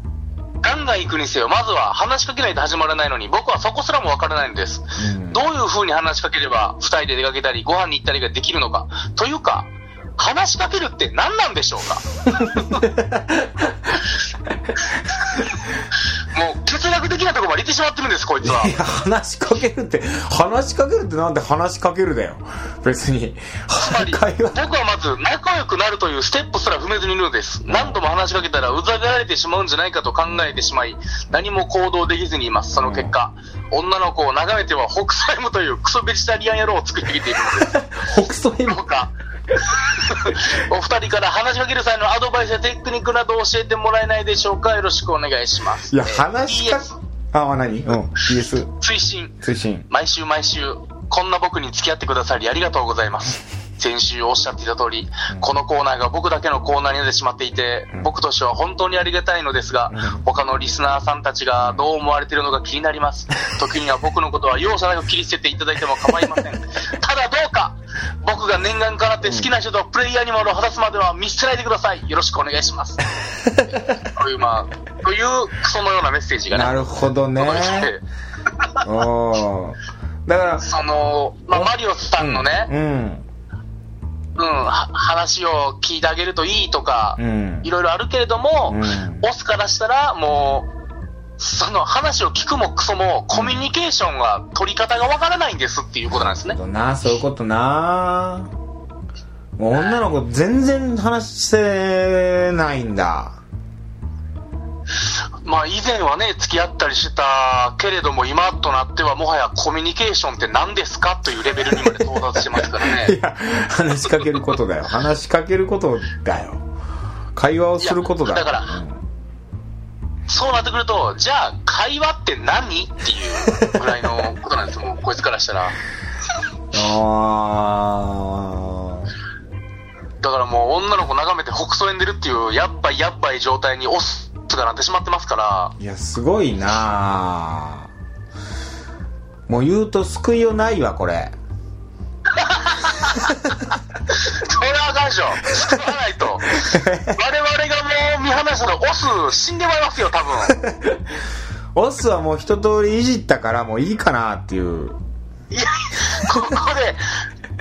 Speaker 2: ガンガン行くにせよ、まずは話しかけないと始まらないのに、僕はそこすらもわからないのです。
Speaker 1: あうん
Speaker 2: どういう風に話しかければ、二人で出かけたり、ご飯に行ったりができるのか。というか、話しかけるって何なんでしょうかもう哲学的なところまで行ってしまってるんです、こいつは。
Speaker 1: いや話しかけるって話しかけるってなんで話しかけるだよ別に
Speaker 2: つまり、
Speaker 1: 会
Speaker 2: 僕
Speaker 1: 話
Speaker 2: はまず仲良くなるというステップすら踏めずにいるのです。何度も話しかけたらうざがられてしまうんじゃないかと考えてしまい、何も行動できずにいます。その結果、女の子を眺めては北斎もというクソベジタリアン野郎を作ってきているのです。
Speaker 1: 北斎も
Speaker 2: どうか。お二人から話しかける際のアドバイスやテクニックなどを教えてもらえないでしょうかよろしくお願いします。
Speaker 1: いや
Speaker 2: えー
Speaker 1: 話しか
Speaker 2: PS
Speaker 1: ああ何うん PS
Speaker 2: 推進。
Speaker 1: 推進
Speaker 2: 毎週毎週、こんな僕に付き合ってくださりありがとうございます。先週おっしゃっていた通り、このコーナーが僕だけのコーナーになってしまっていて、僕としては本当にありがたいのですが、他のリスナーさんたちがどう思われているのか気になります。時には僕のことは容赦なく切り捨てていただいても構いません。ただどうか、僕が念願かなって好きな人とプレイアニマルを果たすまでは見捨てないでください。よろしくお願いします。という、まあ、という、そのようなメッセージがね。
Speaker 1: なるほどね
Speaker 2: 届いて
Speaker 1: うんだか
Speaker 2: その、まあ、マリオさんの
Speaker 1: ら
Speaker 2: ね、
Speaker 1: うん
Speaker 2: うん、は話を聞いてあげるといいとか
Speaker 1: う、ん
Speaker 2: いろいろあるけれども、
Speaker 1: うん
Speaker 2: オスからしたら、もう、その話を聞くもクソも、コミュニケーションが取り方がわからないんですっていうことなんです
Speaker 1: なる
Speaker 2: ね
Speaker 1: ほ。どなそういうことなもう女の子全然話せないんだ
Speaker 2: まあ、以前はね、付き合ったりしてたけれども、今となっては、もはやコミュニケーションって何ですかというレベルにまで到達してますから
Speaker 1: い [laughs]
Speaker 2: ね。
Speaker 1: や話しかけること
Speaker 2: [laughs]
Speaker 1: だよ話しかけることだよ会話をすることだよ
Speaker 2: いやだから
Speaker 1: うん
Speaker 2: そうなってくると、じゃあ、会話って何っていうぐらいのことなんです、もう、こいつからしたら。
Speaker 1: あ
Speaker 2: だからもう女の子眺めて北総んでるっていうやっばいやっばい状態にオスがなってしまってますか
Speaker 1: ーいやすごいなもう言うと救いようないわこれ
Speaker 2: ら、それはあかんでしょ。救わないと。我々がもう見放したらオス死んでまいりますよ、多分。
Speaker 1: オスはもう一通りいじったからもういいかなっていう
Speaker 2: いや、ここで、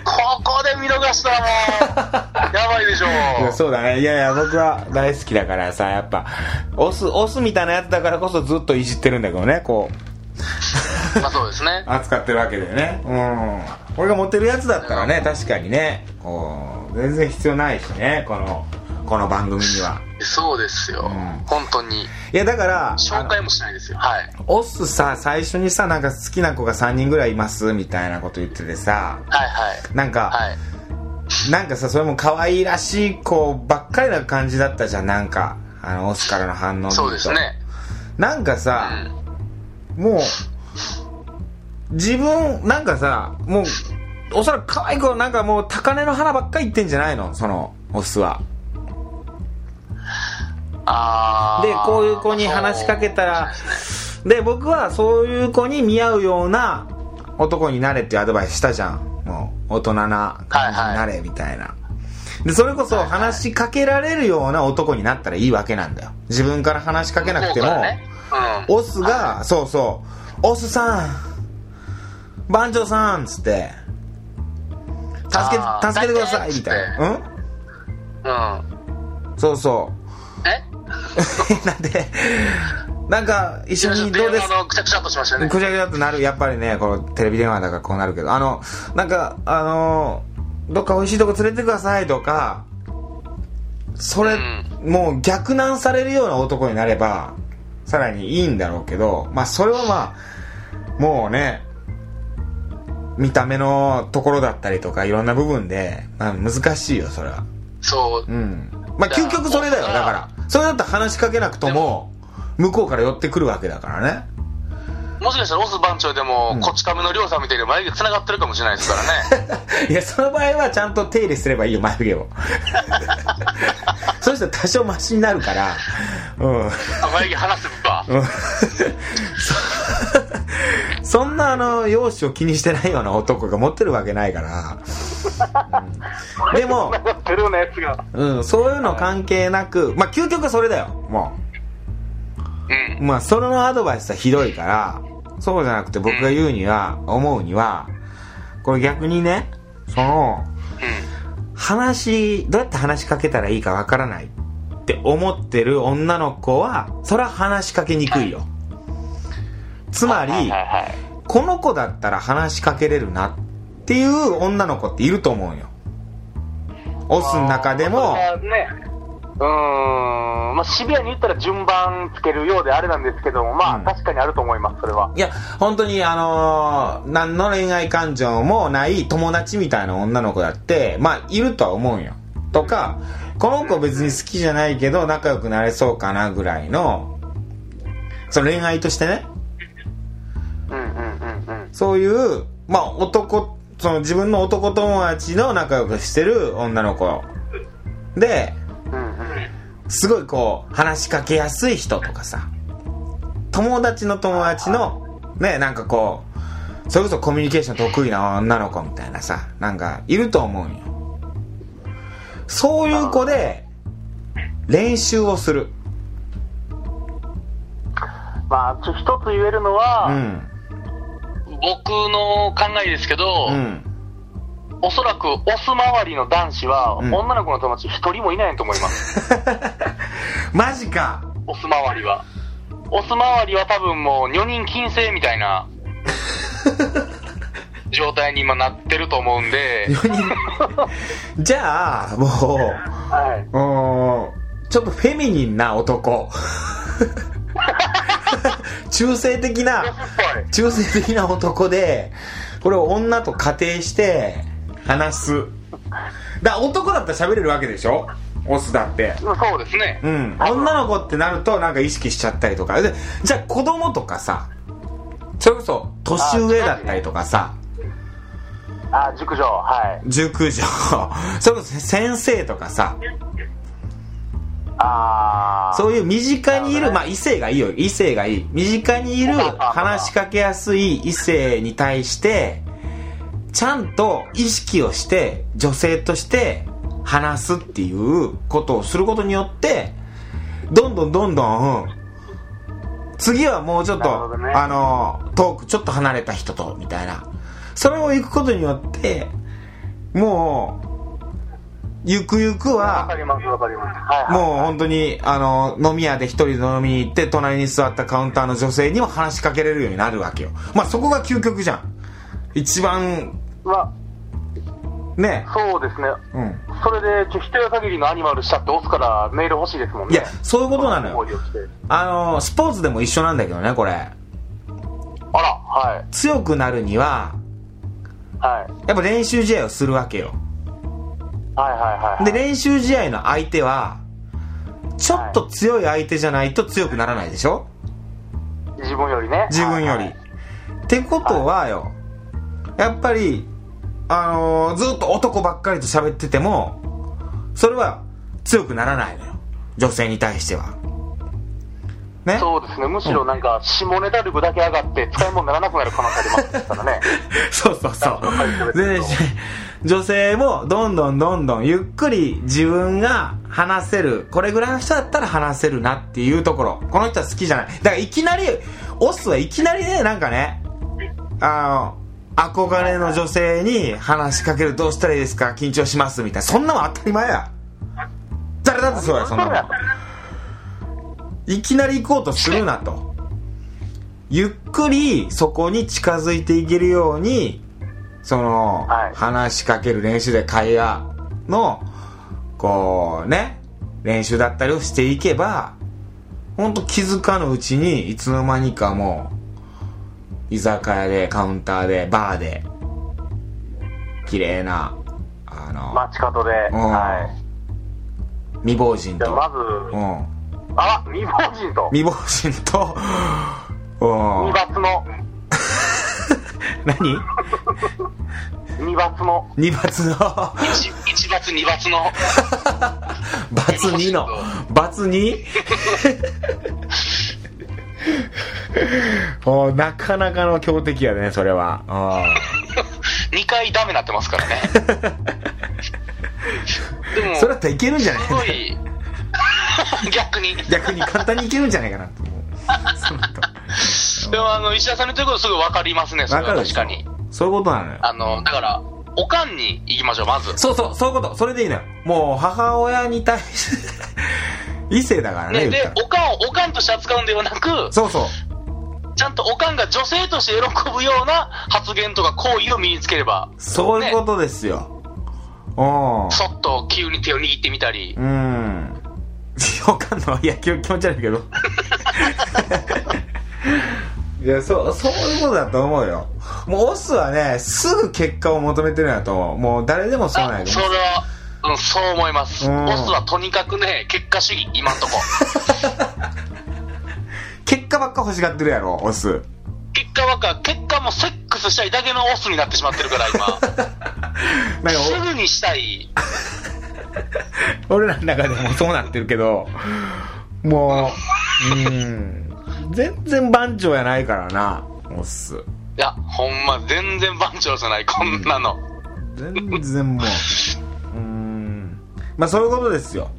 Speaker 2: ここで見逃したらもう、やばいでしょ。
Speaker 1: いやそうだねいやいや僕は大好きだからさやっぱオスオスみたいなやつだからこそずっといじってるんだけどねこう
Speaker 2: まあそうですね。
Speaker 1: 扱ってるわけだよねうん俺がモテるやつだったらね確かにねこう全然必要ないしねこのこの番組には
Speaker 2: そうですよ。
Speaker 1: ん
Speaker 2: 本当に。
Speaker 1: いやだから
Speaker 2: 紹介もしないですよ。はい。
Speaker 1: オスさ最初にさなんか好きな子が3人ぐらいいますみたいなこと言っててさ
Speaker 2: はいはい。
Speaker 1: なんか、
Speaker 2: はい。
Speaker 1: なんかさそれも可愛らしい子ばっかりな感じだったじゃんなんかあのオスからの反応見ると
Speaker 2: そうですね。
Speaker 1: なんか
Speaker 2: う
Speaker 1: さ、
Speaker 2: ん。
Speaker 1: もう自分なんかさもうおそらく可愛い子なんかもう高嶺の花ばっかり言ってんじゃないのそのオスは
Speaker 2: あー
Speaker 1: でこういう子に話しかけたらで僕はそういう子に見合うような男になれっていうアドバイスしたじゃんもう大人な感じになれみたいな、でそれこそ話しかけられるような男になったらいいわけなんだよ自分から話しかけなくても、
Speaker 2: 向こうからねうん
Speaker 1: オスが、そうそう、オスさん、番長さんっつって、助け
Speaker 2: あ
Speaker 1: て、
Speaker 2: ー
Speaker 1: 助けてくださ
Speaker 2: 大
Speaker 1: い、
Speaker 2: 体
Speaker 1: みたいな。うん
Speaker 2: うん。
Speaker 1: そうそ
Speaker 2: え
Speaker 1: う。 [laughs] なんで、なんか、一緒にどうです
Speaker 2: 電話のくちゃくちゃっとしましたね。
Speaker 1: くちゃくちゃっとなる、やっぱりね、このテレビ電話だからこうなるけど、あの、なんか、あの、どっか美味しいとこ連れてくださいとか、それ、
Speaker 2: う
Speaker 1: もう逆難されるような男になれば、さらにいいんだろうけど、まあそれはまあ、もうね、見た目のところだったりとか、いろんな部分で、まあ難しいよ、それは。
Speaker 2: そう
Speaker 1: う。ん。まあ究極それだよ、
Speaker 2: じ
Speaker 1: だ
Speaker 2: ゃあ
Speaker 1: から。それだったら話しかけなくとも、向こうから寄ってくるわけだからね。
Speaker 2: ももしかしたらオス番長でも、こち亀のりょうさんみたいに眉毛繋がってるかもしれないですからね
Speaker 1: [laughs] いやその場合はちゃんと手入れすればいいよ眉毛をそうしたら多少マシになるからうん [laughs]
Speaker 2: あ [laughs] 眉毛離せば
Speaker 1: うんそそんなあの容姿を気にしてないような男が持ってるわけないから、うんでも、
Speaker 2: なってるようなやつが
Speaker 1: うん、そういうの関係なくまあ究極はそれだよも
Speaker 2: うん
Speaker 1: うまあそれのアドバイスはひどいからそうじゃなくて僕が言うには思うにはこれ逆にねその
Speaker 2: うん
Speaker 1: 話どうやって話しかけたらいいかわからないって思ってる女の子はそれは話しかけにくいよつまり、
Speaker 2: はいはい
Speaker 1: この子だったら話しかけれるなっていう女の子っていると思うよオスの中でも
Speaker 2: まあねうーんまあ、シビアに言ったら順番つけるようであれなんですけども、まあ、
Speaker 1: うん
Speaker 2: 確かにあると思います、それは。
Speaker 1: いや本当にあのー何の恋愛感情もない友達みたいな女の子だってまあいるとは思うんよとかこの子別に好きじゃないけど仲良くなれそうかなぐらいのその恋愛としてね
Speaker 2: うんうんうん
Speaker 1: そういう、まあ、男、その自分の男友達の仲良くしてる女の子。で、
Speaker 2: うん。うんうん。
Speaker 1: すごいこう、話しかけやすい人とかさ、友達の友達の、ね、なんかこう、それこそコミュニケーション得意な女の子みたいなさ、なんか、いると思うんよ。そういう子で、練習をする。
Speaker 3: まあ、ちょ一つ言えるのは、
Speaker 1: うん。
Speaker 2: 僕の考えですけど、
Speaker 1: うん。
Speaker 3: おそらくオス周りの男子は、
Speaker 1: うん
Speaker 3: 女の子の友達一人もいないと思い
Speaker 1: [laughs]
Speaker 3: ます。
Speaker 1: マジか。
Speaker 3: オス周りは。オス周りは多分もう女人禁制みたい
Speaker 1: [laughs]
Speaker 3: な状態に今なってると思うんで、
Speaker 1: じゃあ、もう、
Speaker 3: はい、
Speaker 1: うーんちょっとフェミニンな男。中性的な、中性的な男で、これを女と仮定して話す。だ男だったら喋れるわけでしょオスだって。
Speaker 3: そうですね。
Speaker 1: うん。女の子ってなるとなんか意識しちゃったりとか。でじゃあ子供とかさ、それこそ年上だったりとかさ、
Speaker 3: あ、熟女、はい。
Speaker 1: 熟女、 [laughs] それこそ先生とかさ、
Speaker 3: あ
Speaker 1: そういう身近にいる、まあ異性がいいよ、異性がいい。身近にいる話しかけやすい異性に対して、ちゃんと意識をして、女性として話すっていうことをすることによって、どんどんどんどん、次はもうちょっ
Speaker 3: なるほ
Speaker 1: と、
Speaker 3: どね
Speaker 1: あの、遠く、ちょっと離れた人と、みたいな。それを行くことによって、もう、ゆくゆく
Speaker 3: あ、
Speaker 1: は
Speaker 3: わか、ります、わかります。はい、はい。
Speaker 1: もう本当に、あの、飲み屋で一人で飲みに行って、隣に座ったカウンターの女性にも話しかけれるようになるわけよ。まあそこが究極じゃん。一番、
Speaker 3: ま
Speaker 1: ね
Speaker 3: あ、。そうですね。
Speaker 1: うん。
Speaker 3: それで、ちょ、一夜限りのアニマルしたってオスからメール欲しいですもんね。
Speaker 1: いや、そういうことなの
Speaker 3: 思
Speaker 1: よ。
Speaker 3: いをして
Speaker 1: あの、スポーツでも一緒なんだけどね、これ。
Speaker 3: あら、はい。
Speaker 1: 強くなるには、
Speaker 3: はい。
Speaker 1: やっぱ練習試合をするわけよ。
Speaker 3: はいはいはい。
Speaker 1: で、練習試合の相手は、ちょっと強い相手じゃないと強くならないでしょ
Speaker 3: 自分よりね。
Speaker 1: 自分よ
Speaker 3: は
Speaker 1: り。
Speaker 3: い
Speaker 1: ってことはよ、やっぱり、あのーずっと男ばっかりと喋ってても、それは強くならないのよ。女性に対しては。ね
Speaker 3: そうですね。むしろなんか、下ネタ力だけ上がって、使い物にならなくなる可能性ありますからね。
Speaker 1: そうそうそう。で、女性もどんどんどんどんゆっくり自分が話せる、これぐらいの人だったら話せるなっていうところ。この人は好きじゃない。だからいきなり、オスはいきなりね、なんかね、あの、憧れの女性に話しかけるどうしたらいいですか緊張しますみたいな。そんなの当たり前や。誰だって [laughs] そうや、そんなもん。いきなり行こうとするなと。ゆっくりそこに近づいていけるように、その、
Speaker 3: はい
Speaker 1: 話しかける練習で会話の、こうね、練習だったりをしていけば、ほんと気づかぬうちに、いつの間にかもう、居酒屋で、カウンターで、バーで、綺麗な、あの、
Speaker 3: 街角で。
Speaker 1: うん
Speaker 3: は
Speaker 1: 未亡人
Speaker 3: い。じゃあ
Speaker 1: と、
Speaker 3: まず、
Speaker 1: うん、
Speaker 3: あら、未亡人と。
Speaker 1: 未亡人と、
Speaker 3: 2
Speaker 1: おー
Speaker 3: 月の、
Speaker 1: 何
Speaker 3: 2月の、
Speaker 1: 二
Speaker 2: [laughs]
Speaker 1: 罰の
Speaker 2: 1, 1月2月の
Speaker 1: 罰2の罰 2? [laughs] おーなかなかの強敵やねそれは
Speaker 2: 2回ダメなってますか
Speaker 1: [laughs]
Speaker 2: らねで
Speaker 1: う
Speaker 2: も
Speaker 1: んそれだったらいけるんじゃない
Speaker 2: すごい [laughs] 逆にで
Speaker 1: 逆に簡単にいけるんじゃないかなと
Speaker 2: [laughs]
Speaker 1: 思うそうなった
Speaker 2: もあの石田さんの言ってることすぐ分かりますねそれ
Speaker 1: わか
Speaker 2: は
Speaker 1: るで
Speaker 2: 確
Speaker 1: しょ
Speaker 2: かに
Speaker 1: そういうことなのよ
Speaker 2: あのだからおかんに行きましょうまず
Speaker 1: そうそうそういうことそれでいいのよもう母親に対して [laughs] 異性だからね言
Speaker 2: ね、
Speaker 1: っ
Speaker 2: で
Speaker 1: たら、
Speaker 2: おかんをおかんとして扱うんではなく、
Speaker 1: そうそう
Speaker 2: ちゃんとおかんが女性として喜ぶような発言とか行為を身につければ、
Speaker 1: そういうことですよ、お
Speaker 2: そっと急に手を握ってみたり
Speaker 1: う、んわかんのいや気持ち悪いけど [laughs] いやそうそういうことだと思うよもうオスはねすぐ結果を求めてるんだと思うもう誰でもそうなんや
Speaker 2: あ
Speaker 1: け
Speaker 2: そ
Speaker 1: ど
Speaker 2: れは、うん、そう思います。
Speaker 1: うん
Speaker 2: ボスはとにかくね、結果主義、今
Speaker 1: [laughs]
Speaker 2: んとこ。
Speaker 1: 結果ばっか欲しがってるやろオス
Speaker 2: 結果はか、結果もセックスしたいだけのオスになってしまってるから、
Speaker 1: [laughs]
Speaker 2: 今。
Speaker 1: なんか
Speaker 2: すぐにしたい。
Speaker 1: お俺らの中でもそうなってるけどもううん全然番長やないからなオス
Speaker 2: いや、ほんま、全然番長じゃない、こんなの。
Speaker 1: 全然もううんまあそういうことですよ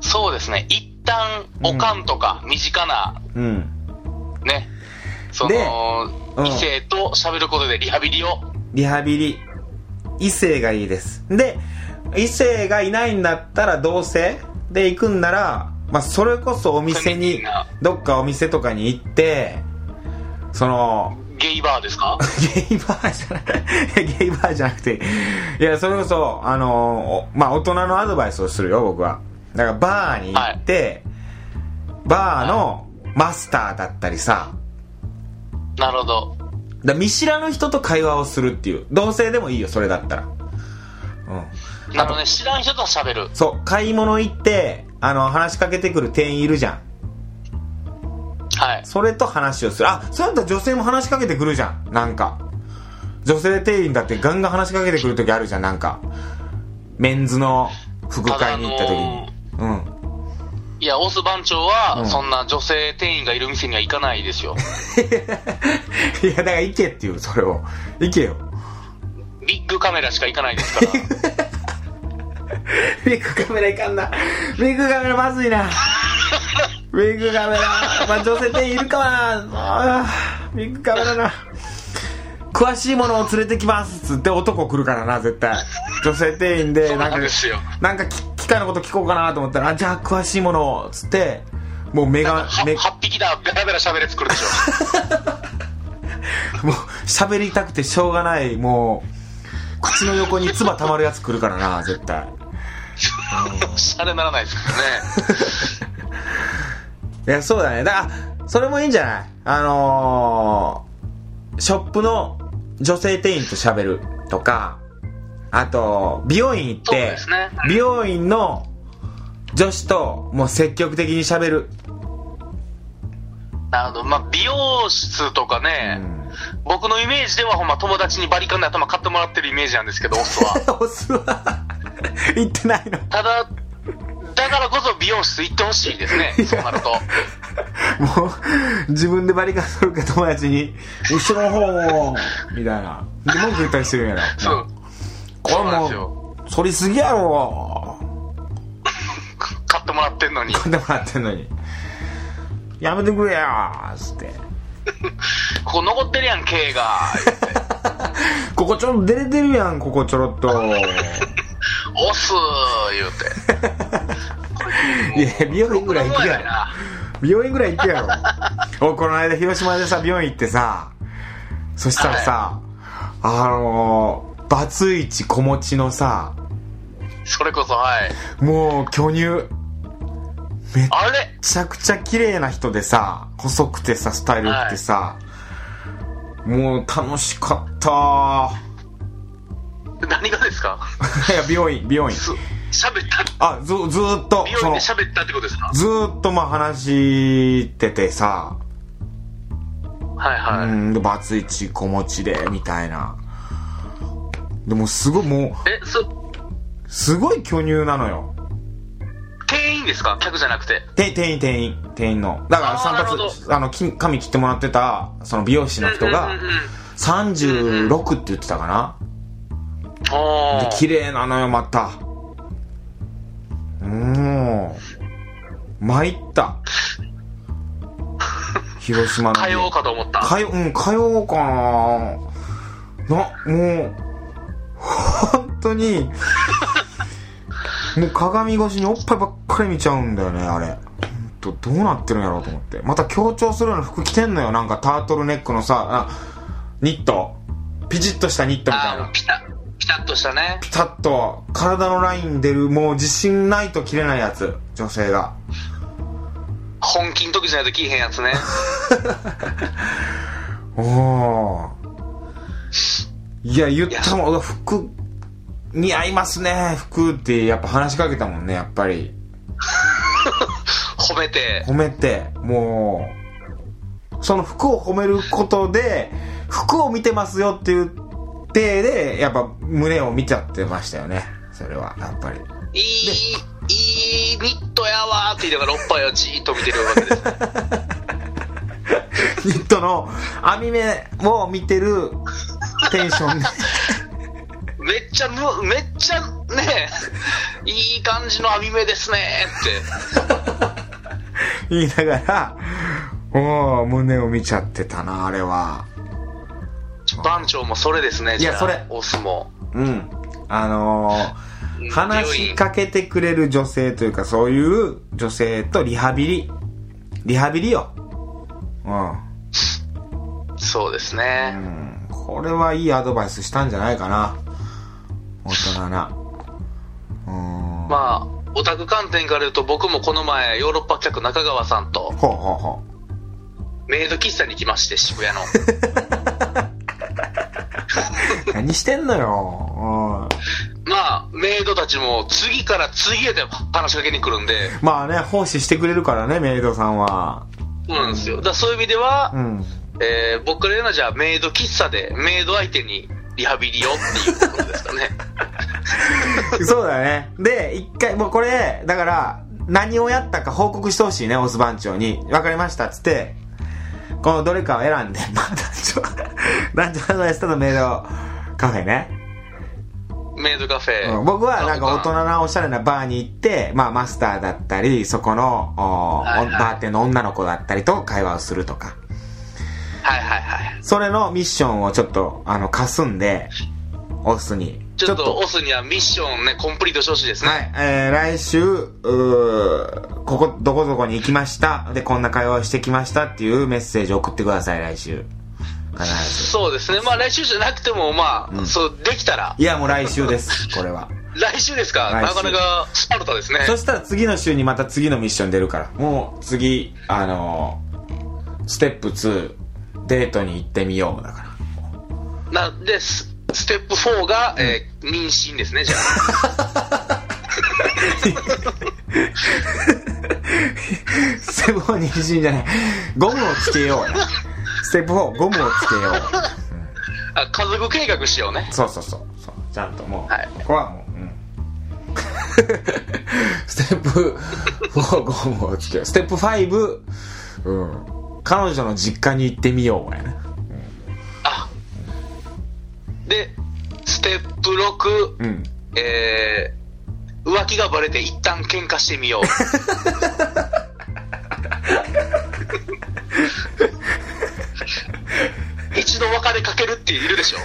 Speaker 2: そうですね、一旦、おかんとか、身近な
Speaker 1: うん
Speaker 2: ね、その、
Speaker 1: うん
Speaker 2: 異性と喋ることでリハビリを、
Speaker 1: リハビリ異性がいいですで異性がいないんだったら同性で行くんなら、まあ、それこそお店にどっかお店とかに行ってその [laughs]
Speaker 2: ゲイバーですか
Speaker 1: ゲイバーじゃない [laughs] ゲイバーじゃなくていやそれこそあのおまあ大人のアドバイスをするよ僕はだからバーに行って、バーのマスターだったりさ
Speaker 2: なるほど。
Speaker 1: だから見知らぬ人と会話をするっていう同性でもいいよそれだったらうん
Speaker 2: なので、知らん人と喋る。
Speaker 1: そう、買い物行って、あの、話しかけてくる店員いるじゃん。
Speaker 2: はい。
Speaker 1: それと話をする。あ、そうやったら女性も話しかけてくるじゃん。なんか。女性店員だってガンガン話しかけてくる時あるじゃん、なんか。メンズの服買いに行った時に。うん。
Speaker 2: いや、オス番長は、
Speaker 1: うん
Speaker 2: そんな女性店員がいる店には行かないで
Speaker 1: [laughs]
Speaker 2: すよ。
Speaker 1: いや、だから行けっていう、それを。行けよ。
Speaker 2: ビッグカメラしか行かないです
Speaker 1: [laughs]
Speaker 2: から。
Speaker 1: ビッグカメラいかんな。ビッグカメラまずいな。ビッグカメラ。まあ、女性店員いるかな。あービッグカメラな。詳しいものを連れてきますっつって男来るからな、絶対。女性店員で、
Speaker 2: そう
Speaker 1: なん
Speaker 2: な
Speaker 1: か
Speaker 2: んですよ。
Speaker 1: なんかき機械のこと聞こうかなと思ったら、あじゃあ詳しいものを、つって、もう目が、目、
Speaker 2: 8匹だ、ベラベラ喋れ作るでしょ。
Speaker 1: もう喋りたくてしょうがない、もう、口の横に唾溜まるやつ来るからな、絶対。
Speaker 2: [laughs] シャレならないですからね。
Speaker 1: いや、そうだね。だから、それもいいんじゃないあのー、ショップの女性店員と喋るとか、あと、美容院行っ
Speaker 2: そう
Speaker 1: て、
Speaker 2: ですね。
Speaker 1: 美容院の女子ともう積極的に喋る。
Speaker 2: なるほど。まあ、美容室とかね、
Speaker 1: うん
Speaker 2: 僕のイメージではほんま友達にバリカンで頭買ってもらってるイメージなんですけど、オスは。
Speaker 1: おすは行ってないの。
Speaker 2: ただ、だからこそ美容室行ってほしいですね、そう
Speaker 1: [laughs]
Speaker 2: なると。
Speaker 1: もう、自分でバリカン取るか友達に、後ろの方を、みたいな。で、文句言ったりしてるんやろ。
Speaker 2: そう。
Speaker 1: これ
Speaker 2: そうなんです
Speaker 1: も
Speaker 2: よ
Speaker 1: う、反りすぎやろ。
Speaker 2: 買ってもらってんのに。
Speaker 1: でもらってんのに「やめてくれや」っつって
Speaker 2: ここ残ってるやん、K が。
Speaker 1: 「ここちょっと出れてるやんここちょろっと」
Speaker 2: 押す言うて。
Speaker 1: いや美容院ぐらい行くや
Speaker 2: ろ
Speaker 1: ろ。美容院ぐらい行くやろおこの間広島でさ美容院行ってさそしたらさ、あのー、バツイチ子持ちのさ
Speaker 2: それこそ、はい。
Speaker 1: もう巨乳
Speaker 2: あれ
Speaker 1: めちゃくちゃ綺麗な人でさ細くてさスタイル良くてさ、もう楽しかった
Speaker 2: 何がですか
Speaker 1: [laughs] いや美容院美容院
Speaker 2: す喋った、
Speaker 1: あずずーっと
Speaker 2: 美容
Speaker 1: そ
Speaker 2: 院
Speaker 1: の
Speaker 2: で喋ったってことですか
Speaker 1: ずーっとまあ話しててさ、
Speaker 2: はいはい。
Speaker 1: うんでバツイチ子持ちでみたいなでもすごいも
Speaker 2: え、そ、
Speaker 1: うすごい巨乳なのよ
Speaker 2: 店員ですか客じゃなくて。
Speaker 1: て店員店員店員のだから
Speaker 2: あー
Speaker 1: 散
Speaker 2: なるほ
Speaker 1: 髪あのき髪切ってもらってたその美容師の人が
Speaker 2: うんうんうん
Speaker 1: 36って言ってたかな
Speaker 2: お
Speaker 1: で
Speaker 2: ー
Speaker 1: 綺麗なのよまたもう参
Speaker 2: [laughs]
Speaker 1: った広島の
Speaker 2: 通おうかと思った。
Speaker 1: かようん通おうかななもう [laughs] 本当
Speaker 2: [laughs]
Speaker 1: にもう鏡越しにおっぱいばっかり見ちゃうんだよねあれほんとどうなってるんやろうと思ってまた強調するような服着てんのよなんかタートルネックのさあニットピチッとしたニットみたい
Speaker 2: あ
Speaker 1: な
Speaker 2: ー、ピタッ、ピタッとしたね。
Speaker 1: ピタッと体のライン出るもう自信ないと着れないやつ女性が
Speaker 2: 本気の時じゃないと着いへんやつね。
Speaker 1: おおいや言ったもんうわ服似合いますね服ってやっぱ話しかけたもんねやっぱり
Speaker 2: 褒めて。
Speaker 1: 褒めてもうその服を褒めることで服を見てますよっていう体でやっぱ胸を見ちゃってましたよねそれはやっぱり
Speaker 2: いい、いいニットやわーって言いながらおっぱいをじーっと見てるわけです。
Speaker 1: ニットの網目を見てるテンションで
Speaker 2: めっちゃむ、めっちゃね、いい感じの網目ですねーっ
Speaker 1: 言いながら、 [laughs] おお胸を見ちゃってたな、あれは。
Speaker 2: て。番長もそれですね、
Speaker 1: いや
Speaker 2: じゃあ
Speaker 1: それ
Speaker 2: お相撲。
Speaker 1: うん。あの
Speaker 2: う
Speaker 1: ー
Speaker 2: ん
Speaker 1: 話しかけてくれる女性というか、そういう女性とリハビリ。リハビリよ。う
Speaker 2: そうです
Speaker 1: ん。う
Speaker 2: ね。
Speaker 1: ん。これはいいアドバイスしたんじゃないかな。大人な。うーん。
Speaker 2: まあ、オタク観点から言うと僕もこの前、ヨーロッパ客中川さんと
Speaker 1: ほうほうほ
Speaker 2: メイド喫茶に行きまして、
Speaker 1: [laughs]
Speaker 2: 渋谷の。
Speaker 1: う。何してんのよ。うん。
Speaker 2: まあ、メイドたちも次から次へで話しかけに来るんで、
Speaker 1: まあね、奉仕してくれるからね、メイドさんは。
Speaker 2: そうなんですよ。だからそういう意味では、
Speaker 1: うん。
Speaker 2: えー僕らのじゃあメイド喫茶でメイド相手にリハビリをっていうことですか
Speaker 1: [laughs]
Speaker 2: ね。 [laughs]
Speaker 1: そうだね。で、一回、もうこれ、だから、何をやったか報告してほしいね、オス番長に。わかりました、つって、このどれかを選んで、まあ、男女、 [laughs] 男女アドバイスとのメイドカフェね。
Speaker 2: メイドカフェ。
Speaker 1: うん僕はなんか大人
Speaker 2: あ
Speaker 1: なおしゃれなバーに行って、まあマスターだったり、そこの、お
Speaker 2: はいは
Speaker 1: バ
Speaker 2: い
Speaker 1: ーテンの女の子だったりと会話をするとか。
Speaker 2: はいはいはい。
Speaker 1: それのミッションをちょっと、あの、かすんで、オスに。
Speaker 2: ちょっとオスにはミッションね、コンプリートしてほしいですね。
Speaker 1: はい、えー、来週、うーここ、どこどこに行きました。で、こんな会話をしてきましたっていうメッセージを送ってください、来週。必ず。
Speaker 2: そうですね。まあ来週じゃなくても、まあ、
Speaker 1: うん
Speaker 2: そう、できたら
Speaker 1: い、や、もう来週です、これは。
Speaker 2: 来週ですか、
Speaker 1: 来
Speaker 2: な
Speaker 1: 週
Speaker 2: かなかスパルタですね。
Speaker 1: そしたら次の週にまた次のミッション出るから。もう、次、あのーステップ2、デートに行ってみよう、だから。 [laughs]
Speaker 2: なんで、スステップ4が、えー妊娠ですね、じゃあ。
Speaker 1: ステップ4、妊娠じゃない。ゴムをつけようや。ステップ4、ゴムをつけよう。
Speaker 2: あ家族計画しようね。
Speaker 1: そうそうそうそうちゃんともう、
Speaker 2: はい
Speaker 1: ここはもう、うん、 [laughs] ステップ4ゴムをつけようステップ5、うん、彼女の実家に行ってみようやね
Speaker 2: あで、ステップ6、
Speaker 1: うん
Speaker 2: えー浮気がバレて一旦喧嘩してみ [laughs] よう。一度別れかけるっているでしょ。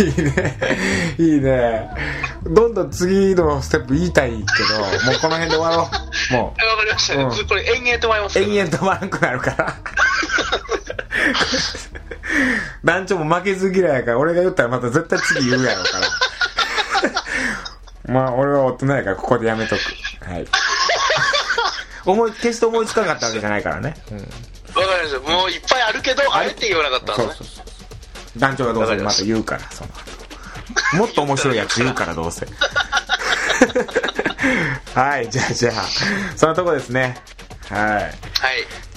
Speaker 1: いいねいいねどんどん次のステップ言いたいけどもうこの辺で終わろうも
Speaker 2: あわかりましたね。
Speaker 1: うん
Speaker 2: これ延々と思います
Speaker 1: う
Speaker 2: けど。
Speaker 1: 延々止まらなくなるから団長も負けず嫌いやから俺が言ったらまた絶対次言うやろうから [laughs] まあ、俺は大人やから、ここでやめとく。はい。思い、決して思いつかなかったわけじゃないからね。うん。
Speaker 2: わかりました。もういっぱいあるけど、あれって言わなかったん
Speaker 1: そ
Speaker 2: で
Speaker 1: う
Speaker 2: すね
Speaker 1: そう。そう。団長がどうせまた言うから、その後。もっと面白いやつ言うから、どうせ。 [laughs] はい、じゃあじゃあ、そのとこですね。はい
Speaker 2: はい。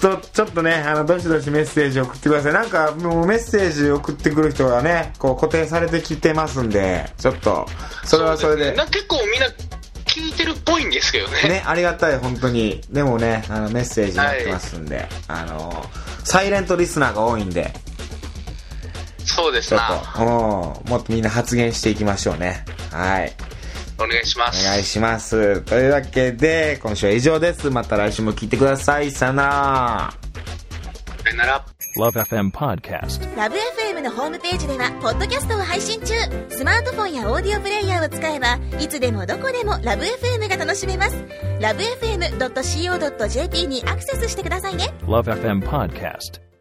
Speaker 1: とちょっとねあのどしどしメッセージ送ってくださいなんかもうメッセージ送ってくる人がねこう固定されてきてますんでちょっとそれはそれで
Speaker 2: うすねな結構みんな聞いてるっぽいんですけどね。
Speaker 1: ね、ありがたい、本当に。でもね、あの、メッセージ待ってますんで、あの、サイレントリスナーが多いんで、
Speaker 2: そうです
Speaker 1: ちょっ
Speaker 2: な。
Speaker 1: と、うん、もっとみんな発言していきましょうね。はい。
Speaker 2: お願いしま
Speaker 1: お願い
Speaker 2: す。
Speaker 1: します。というわけで、今週は以上です。また来週も聞いてください。さよなら。
Speaker 2: さよなら。
Speaker 4: Love FM Podcast.
Speaker 5: ラブ f m のホームページではポッドキャストを配信中スマートフォンやオーディオプレイヤーを使えばいつでもどこでもラブ f m が楽しめますラブ FM.co.jp にアクセスしてくださいね
Speaker 4: Love FM Podcast.